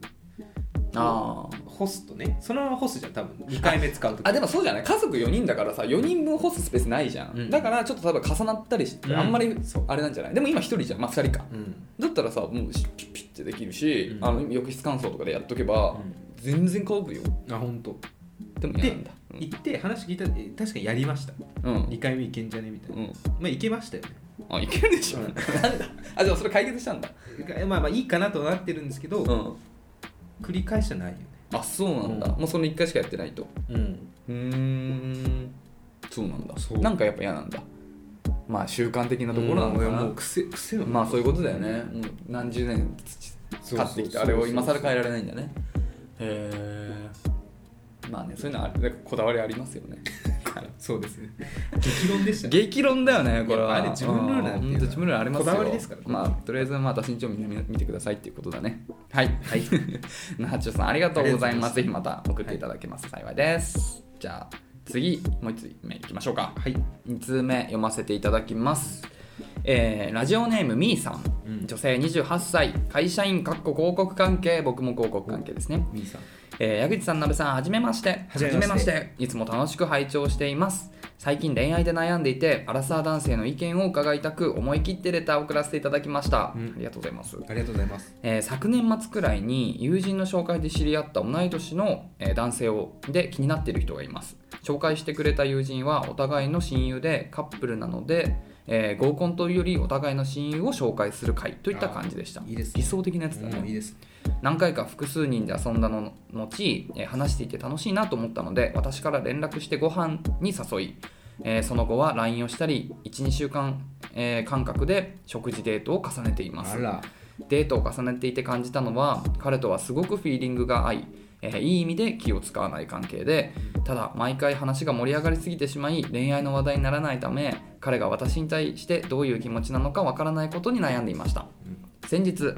[SPEAKER 2] ああ
[SPEAKER 1] 干すとねそのまま干すじゃん多分2回目使うと
[SPEAKER 2] あでもそうじゃない家族4人だからさ4人分干すスペースないじゃん、
[SPEAKER 1] うん
[SPEAKER 2] だからちょっと多分重なったりして、
[SPEAKER 1] うん
[SPEAKER 2] あんまり
[SPEAKER 1] そう
[SPEAKER 2] あれなんじゃないでも今1人じゃんまあ2人か
[SPEAKER 1] うん
[SPEAKER 2] だったらさもうピッピッってできるし、
[SPEAKER 1] うん
[SPEAKER 2] あの浴室乾燥とかでやっとけば、
[SPEAKER 1] うん
[SPEAKER 2] 全然乾くよ
[SPEAKER 1] あ本当。
[SPEAKER 2] でも嫌なんだ
[SPEAKER 1] 行って話聞いたらえ確かにやりました
[SPEAKER 2] うん、うん
[SPEAKER 1] 2回目いけんじゃねみたいなまあいけましたよね
[SPEAKER 2] あいけるでしょ、
[SPEAKER 1] う
[SPEAKER 2] なんんだあでもそれ解決したんだ
[SPEAKER 1] えまあまあいいかなとはなってるんですけど、
[SPEAKER 2] うん
[SPEAKER 1] 繰り返しはないよね
[SPEAKER 2] あそうなんだ、
[SPEAKER 1] うん
[SPEAKER 2] もうその1回しかやってないと
[SPEAKER 1] うん
[SPEAKER 2] うーんそうなんだ
[SPEAKER 1] そう
[SPEAKER 2] なんかやっぱ嫌なんだまあ習慣的な
[SPEAKER 1] と
[SPEAKER 2] とこ
[SPEAKER 1] ころ
[SPEAKER 2] ろ
[SPEAKER 1] な
[SPEAKER 2] なの
[SPEAKER 1] の
[SPEAKER 2] か
[SPEAKER 1] よ
[SPEAKER 2] な、
[SPEAKER 1] もう癖癖の
[SPEAKER 2] まあそういうことだよね、もう何十年培ってきたあれを今更変えられないんだねへえまあねそういうのはあるなんかこだわりありますよね
[SPEAKER 1] そうですね激論でしたね
[SPEAKER 2] 激論だよねこれは
[SPEAKER 1] やっぱあれ自分ルールなんていうのは
[SPEAKER 2] うほと自分ルールありますよ
[SPEAKER 1] こだわりですから
[SPEAKER 2] まあとりあえずまあ私んちをみんな見てくださいっていうことだねはい
[SPEAKER 1] はい
[SPEAKER 2] ナチョさんありがとうございます
[SPEAKER 1] あ
[SPEAKER 2] ぜひまた送っていただけますと幸いです、じゃあ次もう1つ目いきましょうか
[SPEAKER 1] はい
[SPEAKER 2] 2通目読ませていただきます、えーラジオネームみーさん、
[SPEAKER 1] うん
[SPEAKER 2] 女性28歳会社員かっこ広告関係僕も広告関係ですね、
[SPEAKER 1] 兄さん
[SPEAKER 2] えー矢口さんなべさんはじめまして
[SPEAKER 1] はじめまして
[SPEAKER 2] はじいつも楽しく拝聴しています最近恋愛で悩んでいてアラサー男性の意見を伺いたく思い切ってレターを送らせていただきました、
[SPEAKER 1] うん
[SPEAKER 2] ありがとうございます
[SPEAKER 1] ありがとうございます
[SPEAKER 2] えー昨年末くらいに友人の紹介で知り合った同い年の、えー男性をで気になっている人がいます紹介してくれた友人はお互いの親友でカップルなので、えー合コンというよりお互いの親友を紹介する会といった感じでした
[SPEAKER 1] あーいいですね
[SPEAKER 2] 理想的なやつだね、
[SPEAKER 1] うんいいです
[SPEAKER 2] 何回か複数人で遊んだの後、えー話していて楽しいなと思ったので私から連絡してご飯に誘いえーその後は LINE をしたり12週間、えー間隔で食事デートを重ねています
[SPEAKER 1] あら
[SPEAKER 2] デートを重ねていて感じたのは彼とはすごくフィーリングが合い、えーいい意味で気を使わない関係でただ毎回話が盛り上がりすぎてしまい恋愛の話題にならないため彼が私に対してどういう気持ちなのかわからないことに悩んでいました先日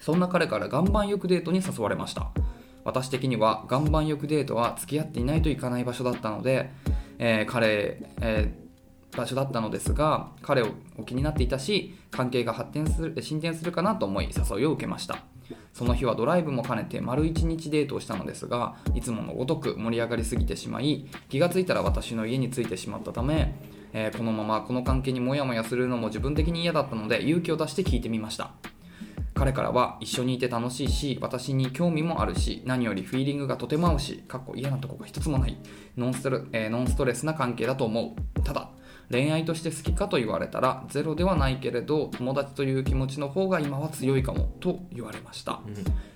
[SPEAKER 2] そんな彼から岩盤浴デートに誘われました私的には岩盤浴デートは付き合っていないといかない場所だったので、えー彼、えー場所だったのですが彼を気になっていたし関係が発展する進展するかなと思い誘いを受けましたその日はドライブも兼ねて丸1日デートをしたのですがいつものごとく盛り上がりすぎてしまい気がついたら私の家に着いてしまったため、えーこのままこの関係にモヤモヤするのも自分的に嫌だったので勇気を出して聞いてみました彼からは一緒にいて楽しいし私に興味もあるし何よりフィーリングがとても合うしかっこ嫌なとこが一つもないノンストレ、えーノンストレスな関係だと思うただ恋愛として好きかと言われたらゼロではないけれど友達という気持ちの方が今は強いかもと言われました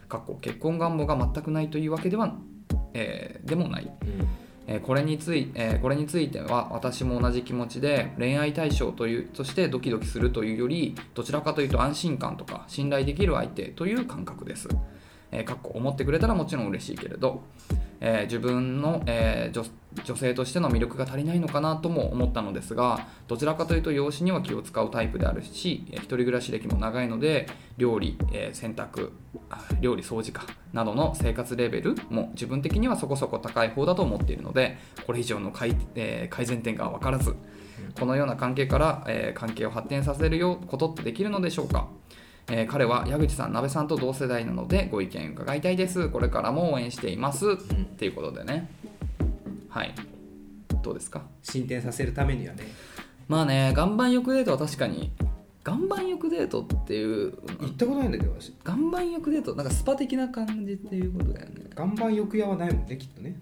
[SPEAKER 2] かっこ結婚願望が全くないというわけでは、えーでもないえーこれについえーこれについては私も同じ気持ちで恋愛対象というとしてドキドキするというよりどちらかというと安心感とか信頼できる相手という感覚です、えーかっこ思ってくれたらもちろん嬉しいけれど、えー自分の、えー女女性としての魅力が足りないのかなとも思ったのですがどちらかというと養子には気を使うタイプであるしえー一人暮らし歴も長いので料理、えー洗濯あ料理掃除かなどの生活レベルも自分的にはそこそこ高い方だと思っているのでこれ以上の改,、えー改善点が分からずこのような関係から、えー関係を発展させるようことってできるのでしょうかえー彼は矢口さん、鍋さんと同世代なのでご意見伺いたいです。これからも応援しています。っていうことでね。はい。どうですか
[SPEAKER 1] 進展させるためにはね
[SPEAKER 2] まあね、岩盤浴デートは確かに、岩盤浴デートっていう、
[SPEAKER 1] 行ったことないんだけど私
[SPEAKER 2] 岩盤浴デート、なんかスパ的な感じっていうことだよね。
[SPEAKER 1] 岩盤浴屋はないもんねきっとね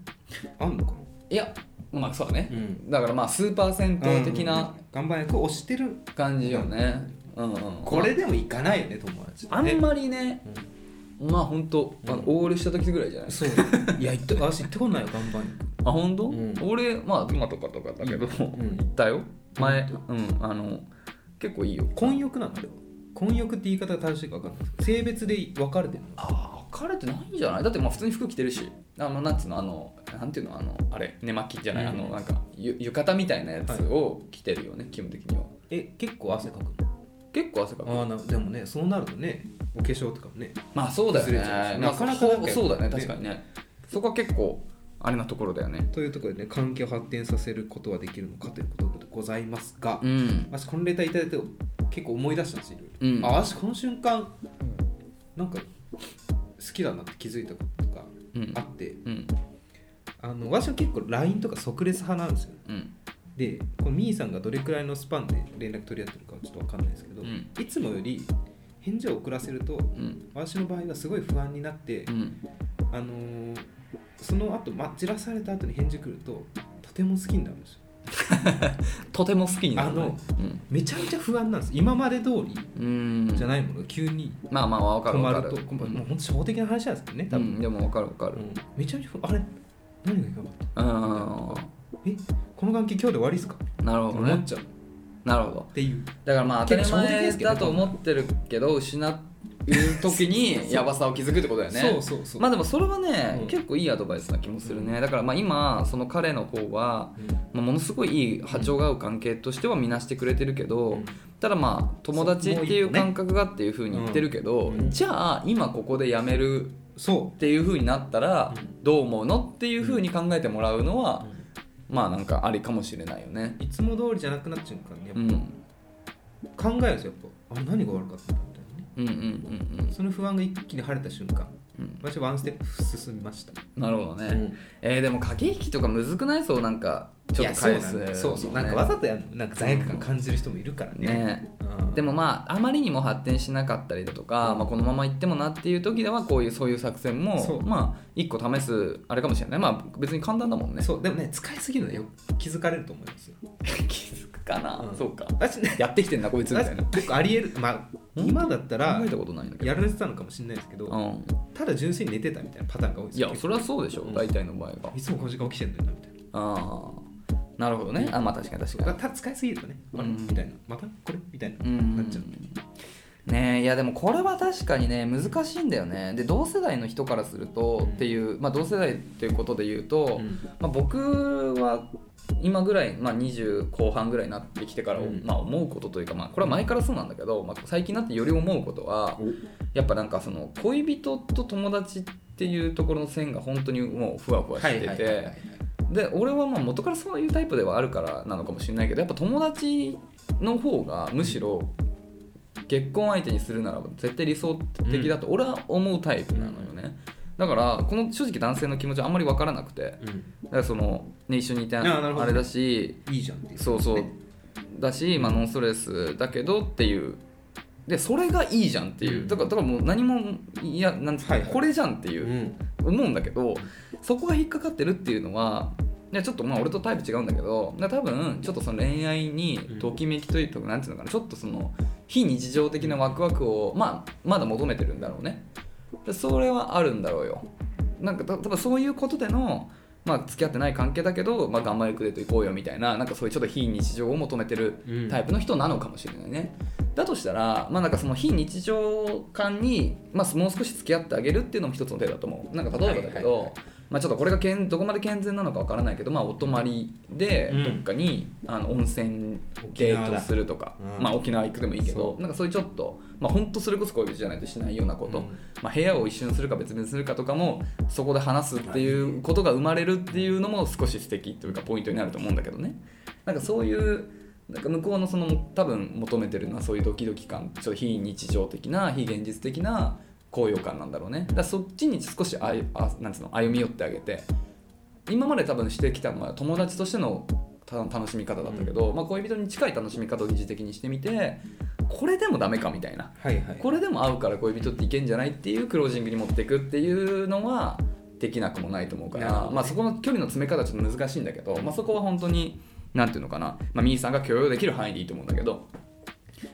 [SPEAKER 1] あんのかない
[SPEAKER 2] や、まあそうだね。
[SPEAKER 1] うん
[SPEAKER 2] だからまあ、スーパー銭湯的な
[SPEAKER 1] 岩盤浴を押してる
[SPEAKER 2] 感じよね。うんうん。
[SPEAKER 1] これでも行かないよね友達
[SPEAKER 2] あんまりね、まあ本当、あのオールした時ぐらいじゃない
[SPEAKER 1] そういや行った 私行ったことないよ岩盤浴
[SPEAKER 2] あ本当、
[SPEAKER 1] うん
[SPEAKER 2] 俺まあ今とかとかだけど、
[SPEAKER 1] ん
[SPEAKER 2] 行ったよ前うんあの結構いいよ
[SPEAKER 1] 混浴なのあれは混浴って言い方が正しいか分かんないです性別で分かれてるの
[SPEAKER 2] ああ別れてないんじゃないだってまあ普通に服着てるしあのなんつうのあのなんていうのあのあれ寝巻きじゃない、
[SPEAKER 1] うん
[SPEAKER 2] あのなんかゆ浴衣みたいなやつを着てるよね、基本的には
[SPEAKER 1] え結構汗かくの
[SPEAKER 2] 結構汗かく
[SPEAKER 1] ああなでもねそうなるとねお化粧とかもね
[SPEAKER 2] まあそうだよね
[SPEAKER 1] 崩れちゃうし
[SPEAKER 2] まあ
[SPEAKER 1] なかなかなんか
[SPEAKER 2] そうだね
[SPEAKER 1] ね
[SPEAKER 2] 確かにねそこは結構あれなところだよね
[SPEAKER 1] というところでね関係を発展させることはできるのかということでございますが、
[SPEAKER 2] うん
[SPEAKER 1] 私このレターいただいて結構思い出したんですよ、いろいろ
[SPEAKER 2] うん
[SPEAKER 1] あ私この瞬間なんか好きだなって気づいたこととか
[SPEAKER 2] うん
[SPEAKER 1] あって、
[SPEAKER 2] うん
[SPEAKER 1] あの私は結構 LINE とか即レス派なんですよ
[SPEAKER 2] うん
[SPEAKER 1] でこのみーさんがどれくらいのスパンで連絡取り合ってるかはちょっと分かんないですけど、
[SPEAKER 2] うん
[SPEAKER 1] いつもより返事を遅らせると
[SPEAKER 2] うん
[SPEAKER 1] 私の場合はすごい不安になって、
[SPEAKER 2] うん
[SPEAKER 1] あのーその後まじらされた後に返事来るととても好きになるんですよ
[SPEAKER 2] とても好きになる、ね、
[SPEAKER 1] あのめちゃめちゃ不安なんです今まで通り
[SPEAKER 2] うんうん
[SPEAKER 1] じゃないものが急に
[SPEAKER 2] まあまあわか
[SPEAKER 1] 止
[SPEAKER 2] る
[SPEAKER 1] ま
[SPEAKER 2] わか
[SPEAKER 1] る
[SPEAKER 2] る
[SPEAKER 1] と困るもう本当初歩的な話なんですけどね
[SPEAKER 2] う
[SPEAKER 1] 多分、
[SPEAKER 2] ん、でもわかるわか
[SPEAKER 1] う
[SPEAKER 2] る
[SPEAKER 1] んめちゃめちゃ不あれ何がいかなかっ
[SPEAKER 2] うん
[SPEAKER 1] たえこの関係今日で終わりですかっ
[SPEAKER 2] な
[SPEAKER 1] て
[SPEAKER 2] るほど
[SPEAKER 1] 思っ
[SPEAKER 2] ね
[SPEAKER 1] ちゃうっ
[SPEAKER 2] なるほど
[SPEAKER 1] ていう
[SPEAKER 2] だからまあ当たり
[SPEAKER 1] 結構衝撃で
[SPEAKER 2] 前
[SPEAKER 1] すけど
[SPEAKER 2] だ
[SPEAKER 1] ね
[SPEAKER 2] と思ってるけど失う時 にやばさを気づくってことだよね
[SPEAKER 1] そうそうそう、
[SPEAKER 2] まあでもそれはね、
[SPEAKER 1] うん
[SPEAKER 2] 結構いいアドバイスな気もするね、
[SPEAKER 1] う
[SPEAKER 2] だからまあ今その彼の方は、
[SPEAKER 1] うん
[SPEAKER 2] まあ、ものすごいいい波長が合う関係としては見なしてくれてるけど、
[SPEAKER 1] うん
[SPEAKER 2] ただまあ友達っていう感覚がっていうふうに言ってるけど、
[SPEAKER 1] うん
[SPEAKER 2] じゃあ今ここでやめる
[SPEAKER 1] そ
[SPEAKER 2] っていうふうになったら
[SPEAKER 1] う
[SPEAKER 2] どう思うのっていうふうに考えてもらうの
[SPEAKER 1] う、
[SPEAKER 2] はまあなんかありかもしれないよね
[SPEAKER 1] いつも通りじゃなくなっちゃうからねやっ
[SPEAKER 2] うん
[SPEAKER 1] ぱ考えるんですよやっぱあ何が悪かったんだみたいなね
[SPEAKER 2] うんうんうん
[SPEAKER 1] その不安が一気に晴れた瞬間
[SPEAKER 2] うん
[SPEAKER 1] 私はワンステップ進みました、
[SPEAKER 2] うんなるほどね、えーでも駆け引きとかむずくないそうなんかち
[SPEAKER 1] い
[SPEAKER 2] ょっ
[SPEAKER 1] や
[SPEAKER 2] と
[SPEAKER 1] そう
[SPEAKER 2] 返
[SPEAKER 1] な
[SPEAKER 2] す
[SPEAKER 1] んだよそうそうなんかわざとやるのなんか罪悪感感じる人もいるからね
[SPEAKER 2] ねでもまああまりにも発展しなかったりだとか、
[SPEAKER 1] うん
[SPEAKER 2] まあ、このまま行ってもなっていう時ではこういうそういう作戦も
[SPEAKER 1] そう
[SPEAKER 2] まあ一個試すあれかもしれないまあ別に簡単だもん
[SPEAKER 1] あ
[SPEAKER 2] ね
[SPEAKER 1] そうでもね使いすぎるのよ気づかれると思いますよ
[SPEAKER 2] 気づくかな、
[SPEAKER 1] うん
[SPEAKER 2] そうか
[SPEAKER 1] 私ね
[SPEAKER 2] やってきてんなこいつみたいな考
[SPEAKER 1] 私結構ありえるまあ
[SPEAKER 2] 当
[SPEAKER 1] 今だったら
[SPEAKER 2] えたことないんだけど
[SPEAKER 1] やられてたのかもしれないですけ
[SPEAKER 2] う
[SPEAKER 1] ど
[SPEAKER 2] ん、
[SPEAKER 1] ただ純粋に寝てたみたいなパターンが多いで
[SPEAKER 2] い
[SPEAKER 1] すよ
[SPEAKER 2] やそれはそうでしょ、
[SPEAKER 1] うん
[SPEAKER 2] 大体の場合はい
[SPEAKER 1] つもこの時間起きてんだよなみたいな
[SPEAKER 2] ああなるほどねあまあ確かに確か
[SPEAKER 1] だ
[SPEAKER 2] に
[SPEAKER 1] た使いすぎるとね、あれ
[SPEAKER 2] うん
[SPEAKER 1] みたいなまたこれみたいな、
[SPEAKER 2] うん
[SPEAKER 1] なっちゃう
[SPEAKER 2] ねえいやでもこれは確かにね難しいんだよねで同世代の人からするとっていう、まあ、同世代っていうことで言うと、
[SPEAKER 1] うん
[SPEAKER 2] まあ、僕は今ぐらい、まあ、20後半ぐらいになってきてから、
[SPEAKER 1] うん
[SPEAKER 2] まあ、思うことというか、まあ、これは前からそうなんだけど、まあ、最近になってより思うことはやっぱなんかその恋人と友達っていうところの線が本当にもうふわふわしてて、
[SPEAKER 1] はいはいはいはい
[SPEAKER 2] で俺はまあ元からそういうタイプではあるからなのかもしれないけどやっぱ友達の方がむしろ結婚相手にするならば絶対理想的だと俺は思うタイプなのよね、だからこの正直男性の気持ちはあんまり分からなくてだからその、ね、一緒にいて
[SPEAKER 1] あなるほど
[SPEAKER 2] あれだし
[SPEAKER 1] いいじゃんっていう
[SPEAKER 2] そうそう
[SPEAKER 1] ね
[SPEAKER 2] だし、まあ、ノンストレスだけどっていうでそれがいいじゃんっていう、
[SPEAKER 1] うん
[SPEAKER 2] だからだからもう何もいやなんつうの
[SPEAKER 1] はいはい
[SPEAKER 2] これじゃんっていうう、
[SPEAKER 1] ん
[SPEAKER 2] 思うんだけどそこが引っかかってるっていうのはいやちょっとまあ俺とタイプ違うんだけどだから多分ちょっとその恋愛に
[SPEAKER 1] うん
[SPEAKER 2] ときめきというとなんていうのかなちょっとその非日常的なワクワクを、まあ、まだ求めてるんだろうねでそれはあるんだろうよなんかた多分そういうことでの、まあ、付き合ってない関係だけど、まあ、頑張りくれと行こうよみたいななんかそういうちょっと非日常を求めてる
[SPEAKER 1] うん
[SPEAKER 2] タイプの人なのかもしれないね、だとしたら、まあ、なんかその非日常感に、まあ、もう少し付き合ってあげるっていうのも一つの手だと思うなんか例えばだけど、
[SPEAKER 1] はいはいはい
[SPEAKER 2] まあ、ちょっとこれがけんどこまで健全なのかわからないけど、まあ、お泊まりで
[SPEAKER 1] うん
[SPEAKER 2] どっかに、あの温泉
[SPEAKER 1] 沖
[SPEAKER 2] デ
[SPEAKER 1] 縄
[SPEAKER 2] ー
[SPEAKER 1] だ
[SPEAKER 2] トするとか、
[SPEAKER 1] うん
[SPEAKER 2] まあ、沖縄行くでもいいけど
[SPEAKER 1] そ
[SPEAKER 2] なんかそういうちょっと、まあ、本当それこそ恋人じゃないとしないようなこと、
[SPEAKER 1] うん
[SPEAKER 2] まあ、部屋を一緒にするか別々にするかとかもそこで話すっていうことが生まれるっていうのも少し素敵というかポイントになると思うんだけどねなんかそういうなんか向こうのその多分求めてるのはそういうドキドキ感ちょっと非日常的な非現実的な高揚感なんだろうねだからそっちに少しあゆあなんつうの歩み寄ってあげて今まで多分してきたのは友達としてのた楽しみ方だったけど、まあ、恋人に近い楽しみ方を疑似的にしてみてこれでもダメかみたいな
[SPEAKER 1] はいはい
[SPEAKER 2] これでも合うから恋人っていけんじゃないっていうクロージングに持っていくっていうのはできなくもないと思うか
[SPEAKER 1] なるほ
[SPEAKER 2] ら、
[SPEAKER 1] どね
[SPEAKER 2] まあ、そこの距離の詰め方はちょっと難しいんだけど、まあ、そこは本当に何ていうのかな、まあ、ミーさんが許容できる範囲でいいと思うんだけど。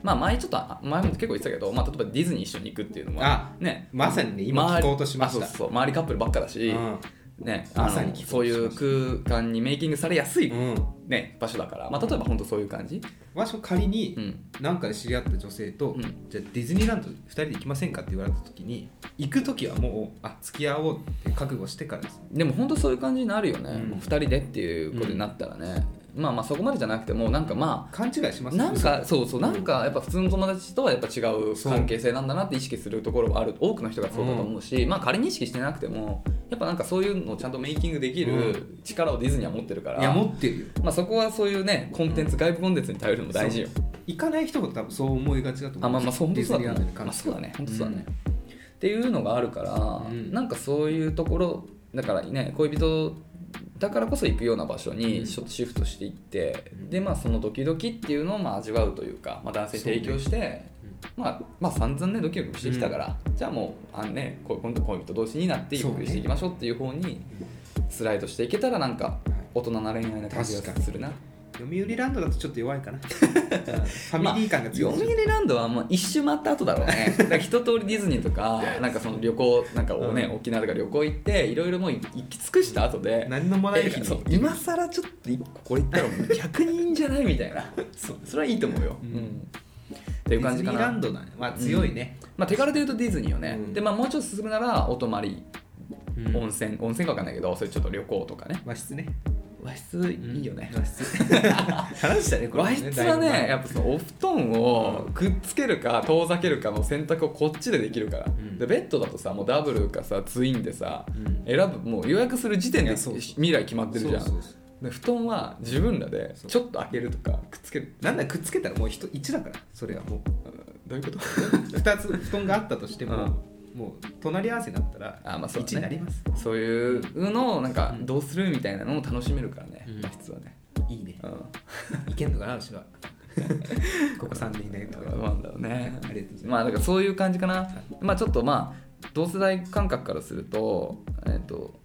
[SPEAKER 2] まあ前ちょっとあ前も結構言ってたけど、まあ、例えばディズニー一緒に行くっていうのは
[SPEAKER 1] あ
[SPEAKER 2] ね
[SPEAKER 1] まさにね今聞
[SPEAKER 2] 周り
[SPEAKER 1] こうとしました
[SPEAKER 2] あそうそう周りカップルばっかだし、
[SPEAKER 1] うん
[SPEAKER 2] ね、
[SPEAKER 1] ま
[SPEAKER 2] あ
[SPEAKER 1] さに
[SPEAKER 2] の
[SPEAKER 1] 聞こ
[SPEAKER 2] そう
[SPEAKER 1] えて
[SPEAKER 2] いう空間にメイキングされやすい、
[SPEAKER 1] うん
[SPEAKER 2] ね、場所だから、まあ、例えば本当そういう感じ、
[SPEAKER 1] わしも仮に
[SPEAKER 2] うん
[SPEAKER 1] 何かで知り合った女性と、
[SPEAKER 2] うん
[SPEAKER 1] じゃあディズニーランド2人で行きませんかって言われた時に行く時はもうあ付き合おうって覚悟してからです
[SPEAKER 2] でも本当そういう感じになるよね、
[SPEAKER 1] うん
[SPEAKER 2] もう2人でっていうことになったらね、まあまあそこまでじゃなくてもなんかま
[SPEAKER 1] 勘違いし
[SPEAKER 2] あ
[SPEAKER 1] ますよ
[SPEAKER 2] なんかそうそうなんかやっぱ普通の友達とはやっぱ違う関係性なんだなって意識するところはある多くの人がそうだと思うし、まあ仮に意識してなくてもやっぱなんかそういうのをちゃんとメイキングでき
[SPEAKER 1] う
[SPEAKER 2] る力をディズニーは持ってるから、
[SPEAKER 1] いや持ってるよ
[SPEAKER 2] まあ、そこはそういうねコンテンツ外部コンテンツに頼るのも大事よ
[SPEAKER 1] 行かない人も多分そう思いがちだと思
[SPEAKER 2] あまあまあそう本
[SPEAKER 1] ディ
[SPEAKER 2] 当
[SPEAKER 1] ズ
[SPEAKER 2] そう
[SPEAKER 1] ニー
[SPEAKER 2] だ
[SPEAKER 1] ラン
[SPEAKER 2] と
[SPEAKER 1] ドに関
[SPEAKER 2] 思うまあ
[SPEAKER 1] して
[SPEAKER 2] そう
[SPEAKER 1] は
[SPEAKER 2] だね本当そうだね
[SPEAKER 1] ん、
[SPEAKER 2] っていうのがあるから、
[SPEAKER 1] うん
[SPEAKER 2] なんかそういうところだからね恋人だからこそ行くような場所
[SPEAKER 1] うん
[SPEAKER 2] にちょっとシフトしていって、
[SPEAKER 1] うん
[SPEAKER 2] でまあそのドキドキっていうのをまあ味わうというか、まあ、男性に提供して、まあまあ散々ねドキドキもしてきたから、じゃあもうあのねこう今度恋人同士になってゆっくりしていきましょうっていう方にスライドしていけたらなんか
[SPEAKER 1] はい
[SPEAKER 2] 大人な恋愛な感じがするな。
[SPEAKER 1] 読売ランドだとちょっと弱いか なファミリー感が強い、
[SPEAKER 2] 読売ランドはもう一周回った後だろうね だから一通りディズニーとかなんかその旅行なんかをね、沖縄とか旅行行っていろいろもう行き尽くした後で、
[SPEAKER 1] 何のもない
[SPEAKER 2] え
[SPEAKER 1] から
[SPEAKER 2] そう今更ちょっと一個これ行ったらもう100人じゃないみたいな そそれはいいと思うよ、
[SPEAKER 1] うん
[SPEAKER 2] うんっていう感じか
[SPEAKER 1] ディズニーラ
[SPEAKER 2] な
[SPEAKER 1] ン、ドだねまあ強いね、
[SPEAKER 2] まあ、手軽で言うとディズニーよね、
[SPEAKER 1] うん
[SPEAKER 2] で、まあ、もうちょっと進むならお泊まり、
[SPEAKER 1] うん
[SPEAKER 2] 温泉温泉か分かんないけどそれちょっと旅行とかね
[SPEAKER 1] 和室ね
[SPEAKER 2] 和室いいよね、
[SPEAKER 1] 和室 話したねこれ
[SPEAKER 2] 和
[SPEAKER 1] ね
[SPEAKER 2] 室は
[SPEAKER 1] だいぶ
[SPEAKER 2] ね
[SPEAKER 1] 前
[SPEAKER 2] やっぱそのお布団をくっつけるか遠ざけるかの選択をこっちでできるから、
[SPEAKER 1] ん
[SPEAKER 2] でベッドだとさもうダブルかさツインでさ、
[SPEAKER 1] うん
[SPEAKER 2] 選ぶもう予約する時点
[SPEAKER 1] い
[SPEAKER 2] で
[SPEAKER 1] やそうそう
[SPEAKER 2] 未来決まってるじゃん
[SPEAKER 1] そうそうそう
[SPEAKER 2] で布団は自分らでちょっと開けるとかくっつける
[SPEAKER 1] なんだくっつけたらもう人1だからそれは もう
[SPEAKER 2] どういうこと
[SPEAKER 1] 2つ布団があったとしても、もう隣り合わせになったら
[SPEAKER 2] あまあそうだね
[SPEAKER 1] 1になります、
[SPEAKER 2] そういうのをなんか
[SPEAKER 1] うん
[SPEAKER 2] どうするみたいなのを楽しめるからね、
[SPEAKER 1] うん
[SPEAKER 2] 和室はね、
[SPEAKER 1] いいね
[SPEAKER 2] うん、
[SPEAKER 1] いけんのかな 私はここ3年いないとか
[SPEAKER 2] どうなんだろうね
[SPEAKER 1] ありがとうございます
[SPEAKER 2] まあだからそういう感じかなまあちょっとまあ同世代感覚からすると,、えっと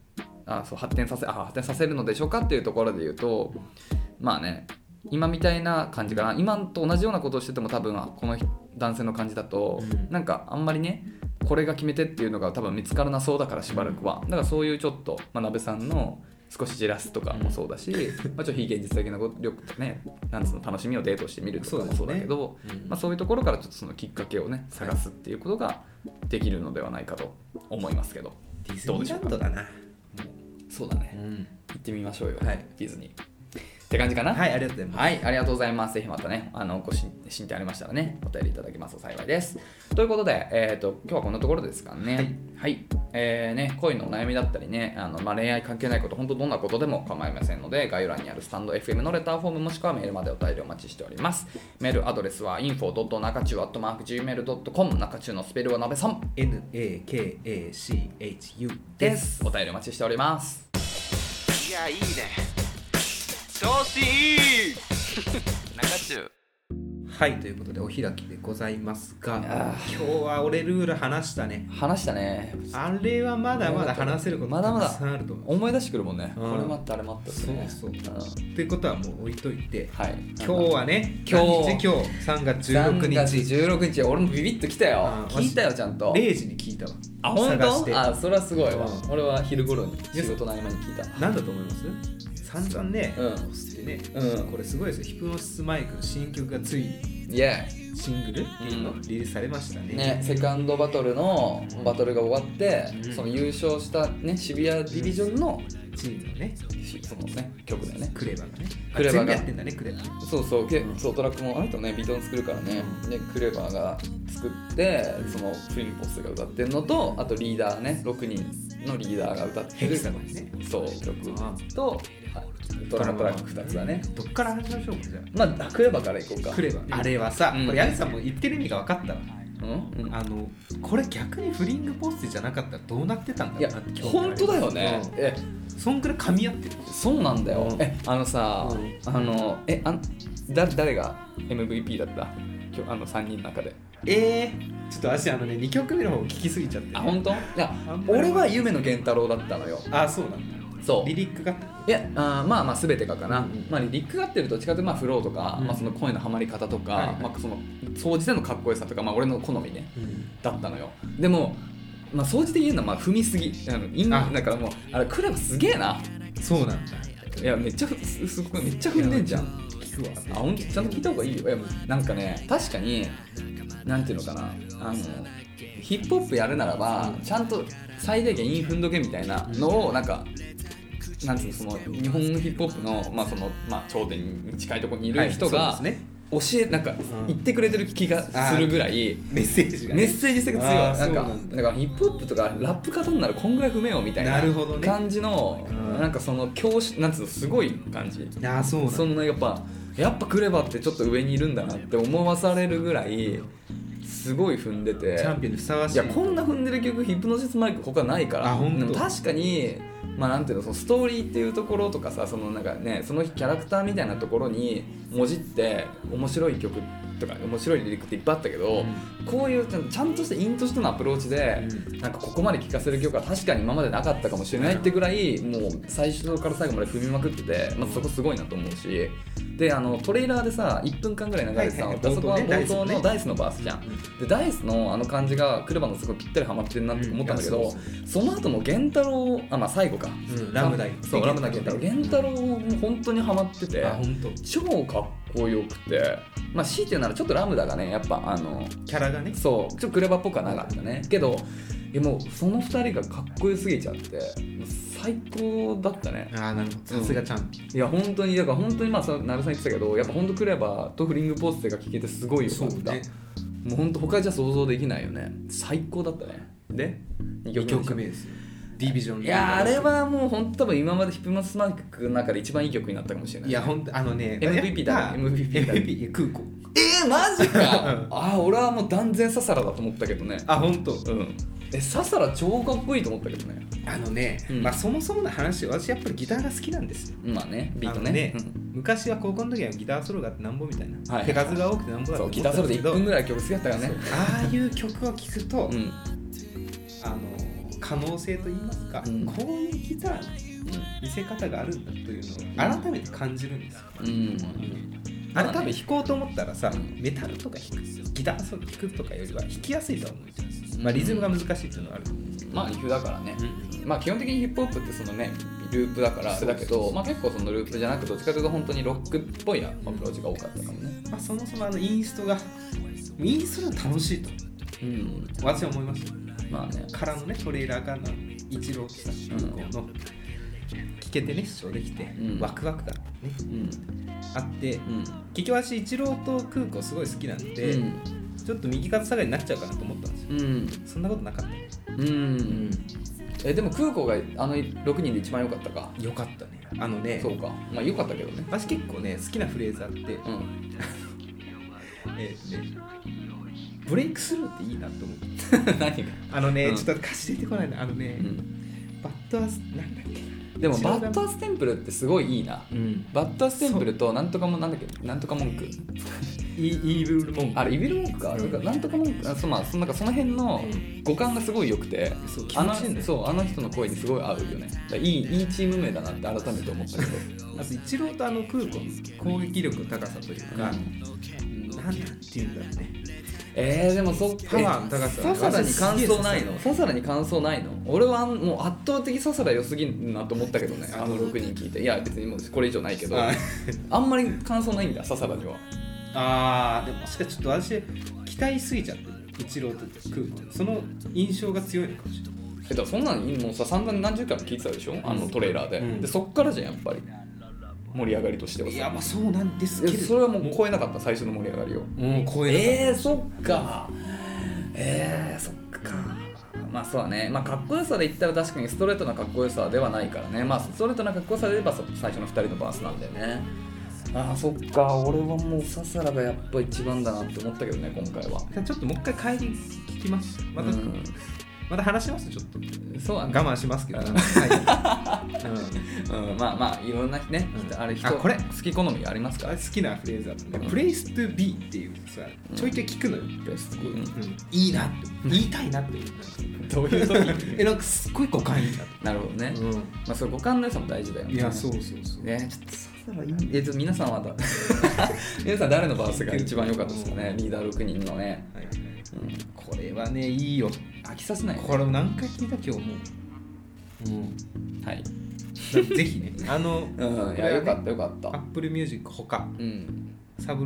[SPEAKER 2] あそう発展させあ発展させるのでしょうかっていうところで言うとまあね今みたいな感じかな今と同じようなことをしてても多分あこの男性の感じだと、
[SPEAKER 1] うん
[SPEAKER 2] なんかあんまりねこれが決めてっていうのが多分見つからなそうだからしばらくはだからそういうちょっと、まあ、鍋さんの少しじらすとかもそうだし、まあ、ちょっと非現実的なこと力とねなんつうの楽しみをデートしてみるとかもそうだけど
[SPEAKER 1] そうですねうん
[SPEAKER 2] まあ、そういうところからちょっとそのきっかけをね探すっていうことができるのではないかと思いますけど
[SPEAKER 1] ディズ
[SPEAKER 2] どう
[SPEAKER 1] ニ
[SPEAKER 2] で
[SPEAKER 1] ー
[SPEAKER 2] しょ
[SPEAKER 1] ランド
[SPEAKER 2] う
[SPEAKER 1] だなも
[SPEAKER 2] そうだね、
[SPEAKER 1] う、ん、
[SPEAKER 2] 行ってみましょうよ、
[SPEAKER 1] はい
[SPEAKER 2] ディズニーって感じかな
[SPEAKER 1] はいありがとうございます
[SPEAKER 2] はい、ありがとうございます。ぜひまたね、あのごし進展ありましたらね、お便りいただけますと幸いです。ということで、えー、と今日はこんなところですかね。
[SPEAKER 1] はい、
[SPEAKER 2] えーね恋のお悩みだったりね、あのまあ、恋愛関係ないこと、本当どんなことでも構いませんので、概要欄にあるスタンド FM のレターフォームもしくはメールまでお便りお待ちしております。メールアドレスは info.nakachu.gmail.com、中中のスペルは鍋さん
[SPEAKER 1] NAKACHU
[SPEAKER 2] で
[SPEAKER 1] です
[SPEAKER 2] す。お便りお待ちしております。
[SPEAKER 3] いやいいね調子いい 中中
[SPEAKER 1] はいということでお開きでございますが
[SPEAKER 2] あ
[SPEAKER 1] 今日は俺ルール話したね
[SPEAKER 2] 話したね。
[SPEAKER 1] あれはまだまだ話せること
[SPEAKER 2] まだまだ
[SPEAKER 1] たくさんあると思う、
[SPEAKER 2] 思い出してくるもんね。
[SPEAKER 1] うん
[SPEAKER 2] これもあった、あれもあったってね
[SPEAKER 1] そうそう
[SPEAKER 2] うん
[SPEAKER 1] ってことはもう置いといて
[SPEAKER 2] はい。
[SPEAKER 1] 今日はね
[SPEAKER 2] 今日
[SPEAKER 1] 何日今日3月16
[SPEAKER 2] 3月
[SPEAKER 1] 日
[SPEAKER 2] 16日俺もビビッときたよ
[SPEAKER 1] あ
[SPEAKER 2] 聞いたよちゃんと
[SPEAKER 1] 0時に聞いたわ
[SPEAKER 2] あ本
[SPEAKER 1] 探して
[SPEAKER 2] 当あそれはすごいわ
[SPEAKER 1] うん
[SPEAKER 2] 俺は昼頃に
[SPEAKER 1] や
[SPEAKER 2] 仕事の合間に聞いた
[SPEAKER 1] 何だと思います散々ね、
[SPEAKER 2] うん
[SPEAKER 1] 押してね、
[SPEAKER 2] うん
[SPEAKER 1] これすごいですよヒプノシスマイクの新曲がついに
[SPEAKER 2] イエ
[SPEAKER 1] シングル、
[SPEAKER 2] ん
[SPEAKER 1] リリースされましたね
[SPEAKER 2] ーイねセカンドバトルのバトルが終わって
[SPEAKER 1] うん
[SPEAKER 2] その優勝したね渋谷ディビジョンの
[SPEAKER 1] チームのね
[SPEAKER 2] しそのね曲だよね
[SPEAKER 1] クレバがねあ
[SPEAKER 2] クレ
[SPEAKER 1] 全
[SPEAKER 2] バが
[SPEAKER 1] 部やってんだねクレバ
[SPEAKER 2] そうそうけそうトラックもあの人ねビートも作るからねでクレバーが作ってそのフィンポスが歌ってるのとあとリーダーね6人のリーダーが歌って
[SPEAKER 1] ヘ
[SPEAKER 2] る
[SPEAKER 1] キサゴンね
[SPEAKER 2] そう曲とあドラムトラック2つだね
[SPEAKER 1] どっから始めましょうかじゃ
[SPEAKER 2] まあクレバから行こうか
[SPEAKER 1] あクレバあれはさ、
[SPEAKER 2] うん
[SPEAKER 1] これヤギさんも言ってる意味が分かったわ
[SPEAKER 2] うん、うん
[SPEAKER 1] あのこれ逆にフリングポステじゃなかったらどうなってたんだ
[SPEAKER 2] いや
[SPEAKER 1] ろうなって
[SPEAKER 2] 本当だよね、
[SPEAKER 1] うん
[SPEAKER 2] え
[SPEAKER 1] そんくらい噛み合ってる
[SPEAKER 2] そうなんだよ、
[SPEAKER 1] うん
[SPEAKER 2] えあのさ、
[SPEAKER 1] うん
[SPEAKER 2] あのえあんだ誰が MVP だった今日あの3人の中で
[SPEAKER 1] ええちょっと私あのね2曲目の方聞きすぎちゃって、ね、
[SPEAKER 2] あ本当いや
[SPEAKER 1] あんまり
[SPEAKER 2] 俺は夢の源太郎だったのよ
[SPEAKER 1] あそうなんだ
[SPEAKER 2] そう
[SPEAKER 1] リリックが
[SPEAKER 2] いやあーまあまあ全てがかな、
[SPEAKER 1] うんうん
[SPEAKER 2] まあ、リックがってるとどっちかというとまあフローとか、
[SPEAKER 1] うん
[SPEAKER 2] まあ、その声のハマり方とか、
[SPEAKER 1] はいはい
[SPEAKER 2] まあ、その総じてのかっこよさとか、まあ、俺の好みねだったのよでも、まあ、総じて言うのはまあ踏みすぎあのイン
[SPEAKER 1] あ
[SPEAKER 2] だからもうあれクラブすげえな
[SPEAKER 1] そうなんだ
[SPEAKER 2] いやめっちゃふすすごいめっちゃ踏んでんじゃん
[SPEAKER 1] 聞くわ
[SPEAKER 2] あ本当ちゃんと聞いた方がいいよいやなんかね確かになんていうのかなあのヒップホップやるならばちゃんと最低限イン踏んどけみたいなのをなんかなんていうのその日本のヒップホップの,、まあそのまあ、頂点に近いところにい
[SPEAKER 1] は
[SPEAKER 2] る
[SPEAKER 1] い
[SPEAKER 2] 人が
[SPEAKER 1] そうですね
[SPEAKER 2] 教えなんか
[SPEAKER 1] ん
[SPEAKER 2] 言ってくれてる気がするぐらい。
[SPEAKER 1] メッセージが、
[SPEAKER 2] メッセージ性が強い
[SPEAKER 1] あー
[SPEAKER 2] なんか
[SPEAKER 1] そうなんだ
[SPEAKER 2] だからヒップホップとかラップ方にならこんぐらい踏めよみたいな
[SPEAKER 1] なるほどね
[SPEAKER 2] 感じの
[SPEAKER 1] うん
[SPEAKER 2] なんかその教師なんつうのすごい感じ
[SPEAKER 1] あそうなんだ
[SPEAKER 2] そんなやっぱやっぱクレバってちょっと上にいるんだなって思わされるぐらいすごい踏んでて
[SPEAKER 1] チャンピオンにふさわし
[SPEAKER 2] い
[SPEAKER 1] い
[SPEAKER 2] やこんな踏んでる曲ヒプノシスマイク他ないから
[SPEAKER 1] あほんと
[SPEAKER 2] でも確かにまあなんていうのそのストーリーっていうところとかさそのなんかねそのキャラクターみたいなところにもじって面白い曲とか面白いリリックっていっぱいあったけど、こういうちゃんちゃんとしたインとしてのアプローチで、
[SPEAKER 1] うん
[SPEAKER 2] なんかここまで聴かせる曲は確かに今までなかったかもしれないってぐらいもう最初から最後まで踏みまくってて、まあ、そこすごいなと思うしであのトレーラーでさ1分間ぐらい流れてたの、
[SPEAKER 1] はいはいはい
[SPEAKER 2] あそこは
[SPEAKER 1] 冒頭ね
[SPEAKER 2] 冒
[SPEAKER 1] ダイスのね
[SPEAKER 2] 頭のダイスのバースじゃん。でダイスのあの感じがクルバのすごいぴったりハマってるなって思ったんだけど、
[SPEAKER 1] うんいやそ
[SPEAKER 2] その後の源太郎あまあ最後か、
[SPEAKER 1] うんラムダイ
[SPEAKER 2] そうラムダ源太郎源太郎も本当にハマってて
[SPEAKER 1] あ本当
[SPEAKER 2] 超かっこよくてまあ強いて言うならちょっとラムダがねやっぱあの
[SPEAKER 1] キャラがね
[SPEAKER 2] そうちょっとクレバっぽくはなかったねけどいやもうその2人がかっこよすぎちゃってもう最高だったね
[SPEAKER 1] あなるほどさすがチャンピ
[SPEAKER 2] いや本当にだから本当にまあその成さん言ってたけどやっぱ本当クレバとフリングポーズが聞けてすごいよか
[SPEAKER 1] オン
[SPEAKER 2] った、もう本当他じゃ想像できないよね最高だったねで2
[SPEAKER 1] 2曲目ですよディビジョン
[SPEAKER 2] いやあれはもう本当多分今までヒップマスマークの中で一番いい曲になったかもしれない
[SPEAKER 1] いやほんとあのね
[SPEAKER 2] MVP だ
[SPEAKER 1] やっぱ
[SPEAKER 2] MVP だ
[SPEAKER 1] MVP いや空港
[SPEAKER 2] えー、マ ジかあー俺はもう断然ササラだと思ったけどね
[SPEAKER 1] あ本当
[SPEAKER 2] うんえササラ超かっこいいと思ったけどね
[SPEAKER 1] あのね
[SPEAKER 2] うん
[SPEAKER 1] まあそもそもの話私やっぱりギターが好きなんですよ
[SPEAKER 2] まあねビート
[SPEAKER 1] あの
[SPEAKER 2] ねうん
[SPEAKER 1] 昔は高校の時はギターソロがあってなんぼみたいな、
[SPEAKER 2] はい
[SPEAKER 1] 手数が多くてなんぼだ
[SPEAKER 2] そ
[SPEAKER 1] と
[SPEAKER 2] う
[SPEAKER 1] 思
[SPEAKER 2] ギ
[SPEAKER 1] っ
[SPEAKER 2] タ
[SPEAKER 1] た
[SPEAKER 2] ー
[SPEAKER 1] ん
[SPEAKER 2] ソロ
[SPEAKER 1] だ
[SPEAKER 2] で
[SPEAKER 1] け
[SPEAKER 2] 1
[SPEAKER 1] ど
[SPEAKER 2] 分ぐらい曲好きだったよね
[SPEAKER 1] ああいう曲を聴くと、
[SPEAKER 2] うんうん
[SPEAKER 1] あの可能性といいますか、
[SPEAKER 2] うん
[SPEAKER 1] こういうギターの見せ方があるんだというのを改めて感じるんですよ、
[SPEAKER 2] うん
[SPEAKER 1] あれ多分弾こうと思ったらさ、
[SPEAKER 2] うん
[SPEAKER 1] メタルとか弾くギターソロ弾くとかよりは弾きやすいとは思うんですよ、まあ、リズムが難しいっていうのはあると思うんですけど
[SPEAKER 2] まあリフだからねまあ基本的にヒップホップってそのねループだからあれだ
[SPEAKER 1] そ
[SPEAKER 2] け
[SPEAKER 1] うそう
[SPEAKER 2] ど、
[SPEAKER 1] そう
[SPEAKER 2] まあ、結構そのループじゃなくどっちかというと本当にロックっぽいアプローチが多かったかもね。
[SPEAKER 1] まあ、そもそもあのインストがインストが楽しいと
[SPEAKER 2] うん、
[SPEAKER 1] 私は思いました
[SPEAKER 2] まあね
[SPEAKER 1] からのねトレーラーからの一郎さんの聞けてね主張できて、
[SPEAKER 2] うん
[SPEAKER 1] ワクワク感ね
[SPEAKER 2] うん
[SPEAKER 1] あって、
[SPEAKER 2] うん
[SPEAKER 1] 結局私一郎と空港すごい好きなんで、
[SPEAKER 2] うん
[SPEAKER 1] ちょっと右肩下がりになっちゃうかなと思ったんですよ
[SPEAKER 2] うん
[SPEAKER 1] そんなことなかった
[SPEAKER 2] うんえでも空港があの6人で一番良かったか
[SPEAKER 1] よかったねあのね
[SPEAKER 2] そうかまあ良かったけどね
[SPEAKER 1] 私結構ね好きなフレーズあって、
[SPEAKER 2] うん
[SPEAKER 1] えーとねブレイクスルーっていいなって思って
[SPEAKER 2] 何が、
[SPEAKER 1] あのね、
[SPEAKER 2] うん
[SPEAKER 1] ちょっと歌詞出てこないなあのね、
[SPEAKER 2] うん、
[SPEAKER 1] バッドアスなんだっけ
[SPEAKER 2] でもバッターステンプルってすごいいいな
[SPEAKER 1] うん
[SPEAKER 2] バッターステンプルとなんとかもなんだっけなんとか文句
[SPEAKER 1] イイーブルモン
[SPEAKER 2] あれイビル文句か、
[SPEAKER 1] うん
[SPEAKER 2] なんとか文句あそうまあそのなんかその辺の五感がすごい良くて
[SPEAKER 1] そう気
[SPEAKER 2] あの
[SPEAKER 1] 持ちいいんだよ
[SPEAKER 2] そうあの人の声にすごい合うよねだからいいいいチーム名だなって改めて思ったけど
[SPEAKER 1] あとイチローとあの空港の攻撃力の高さというか、うん、なんていうんだろうね
[SPEAKER 2] えー、でもそっか
[SPEAKER 1] パワーの高さ
[SPEAKER 2] ササラに感想ない
[SPEAKER 1] すげえ
[SPEAKER 2] のササラに感想ないの俺はあんもう圧倒的ササラ良すぎるなと思ったけどねあの6人聞いていや別にもうこれ以上ないけど
[SPEAKER 1] あ
[SPEAKER 2] あんまり感想ないんだササラには
[SPEAKER 1] あーでもしかちょっと私期待しすぎちゃってるイチローと空港その印象が強いのかもしれない
[SPEAKER 2] えだからそんなのもうさ散々何十回も聞いてたでしょあのトレーラーで,、
[SPEAKER 1] うん
[SPEAKER 2] でそっからじゃんやっぱり盛り上がりとしてはい
[SPEAKER 1] やまあそうなんですけど
[SPEAKER 2] えそれはもう超えなかった最初の盛り上がりを
[SPEAKER 1] もう超えなかった
[SPEAKER 2] えー、そっかえー、そっかまあそうだねまあかっこよさで言ったら確かにストレートなかっこよさではないからねまあストレートなかっこよさで言えばさ最初の2人のバースなんだよねあーそっか俺はもうササラがやっぱ一番だなって思ったけどね今回は
[SPEAKER 1] じゃあちょっともう一回帰り聞きますまた、
[SPEAKER 2] うん
[SPEAKER 1] また話しますちょっと
[SPEAKER 2] そうだね
[SPEAKER 1] 我慢しますけど、
[SPEAKER 2] うん
[SPEAKER 1] はい
[SPEAKER 2] うん、まあまあいろんなね、
[SPEAKER 1] うん
[SPEAKER 2] あれ人
[SPEAKER 1] あこれ
[SPEAKER 2] 好き好みがありますから
[SPEAKER 1] あれ好きなフレーズだったね「place to be」っていうさちょいちょい聞くのよ、
[SPEAKER 2] うん
[SPEAKER 1] うんいいなって言いた いなって
[SPEAKER 2] どういう時
[SPEAKER 1] えなんかすっごい五感いいなって、
[SPEAKER 2] なるほどね、ま
[SPEAKER 1] う
[SPEAKER 2] あそれ五感の良さも大事だよね
[SPEAKER 1] いやそうそうそう、
[SPEAKER 2] ねちょっとササラいいえちょっと皆さんはだ 皆さん誰のバースが一番良かったですかねリーダー6人のね、
[SPEAKER 1] はい、
[SPEAKER 2] うん、
[SPEAKER 1] これはねいいよ
[SPEAKER 2] 飽きさせないね
[SPEAKER 1] これも何回聞いた今日も
[SPEAKER 2] はい、
[SPEAKER 1] う、ぜひね あの
[SPEAKER 2] うん、いや良かった良かった、
[SPEAKER 1] Apple Music ほか
[SPEAKER 2] うん、
[SPEAKER 1] サブ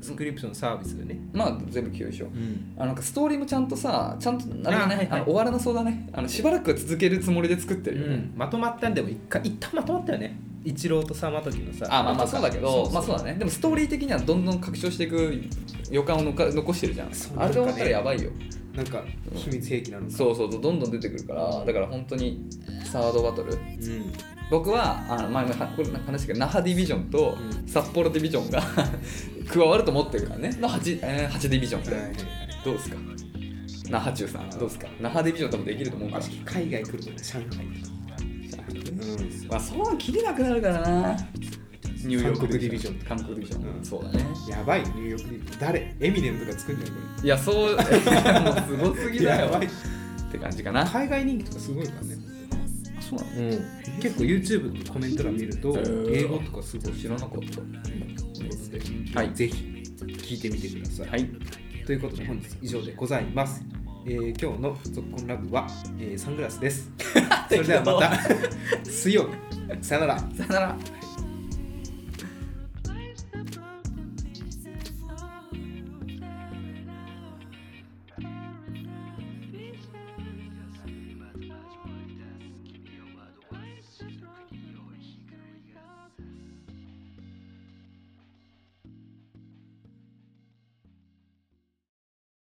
[SPEAKER 1] スクリプションサービスでね、
[SPEAKER 2] まあ全部急所
[SPEAKER 1] うん、
[SPEAKER 2] あなんかストーリーもちゃんとさちゃんとあれだ
[SPEAKER 1] あは
[SPEAKER 2] ね
[SPEAKER 1] い
[SPEAKER 2] あ
[SPEAKER 1] はい
[SPEAKER 2] の終わらなそうだねあのしばらくは続けるつもりで作ってるよね、
[SPEAKER 1] まとまったんでも一回一旦まとまったよね一郎とさまときのさ
[SPEAKER 2] あまあまあそうだけどまあ
[SPEAKER 1] う
[SPEAKER 2] そうだねでもストーリー的にはどんどん拡張していく予感をのか残してるじゃん
[SPEAKER 1] そう
[SPEAKER 2] あれで終わ
[SPEAKER 1] なん
[SPEAKER 2] っ
[SPEAKER 1] か
[SPEAKER 2] た
[SPEAKER 1] らね
[SPEAKER 2] やばいよ
[SPEAKER 1] なんか秘密兵器なのか
[SPEAKER 2] そうそうそうどんどん出てくるからだから本当にサードバトル
[SPEAKER 1] う、ん、
[SPEAKER 2] 僕はあの前もこれなんか話したけど那覇ディビジョンと
[SPEAKER 1] う
[SPEAKER 2] 札幌ディビジョンが 加わると思ってるからねの 8,、えー、8ディビジョンって、どうですか那覇中さんどうですか那覇ディビジョン多分できると思うから、
[SPEAKER 1] 海外来るとね上海とか、うん、
[SPEAKER 2] まあ、そうは切れなくなるからなニューヨーク韓国ディビジョン、
[SPEAKER 1] うん
[SPEAKER 2] そうだね
[SPEAKER 1] やばいニューヨークに誰エミネムとか作んじゃんこ
[SPEAKER 2] いやそう もうすごす
[SPEAKER 1] れ
[SPEAKER 2] ぎだよ
[SPEAKER 1] やばい
[SPEAKER 2] って感じかな
[SPEAKER 1] 海外人気とかすごいからね、
[SPEAKER 2] そうなの
[SPEAKER 1] うん、結構 YouTube のコメント欄見ると
[SPEAKER 2] へー
[SPEAKER 1] 英語とかすごい
[SPEAKER 2] 知らなかった
[SPEAKER 1] は
[SPEAKER 2] はい
[SPEAKER 1] ぜひ聞いてみてください、
[SPEAKER 2] はい
[SPEAKER 1] ということで本日以上でございます、えー今日の「続婚ラブは」 えーサングラスですそれではまた水曜日さよなら
[SPEAKER 2] さよなら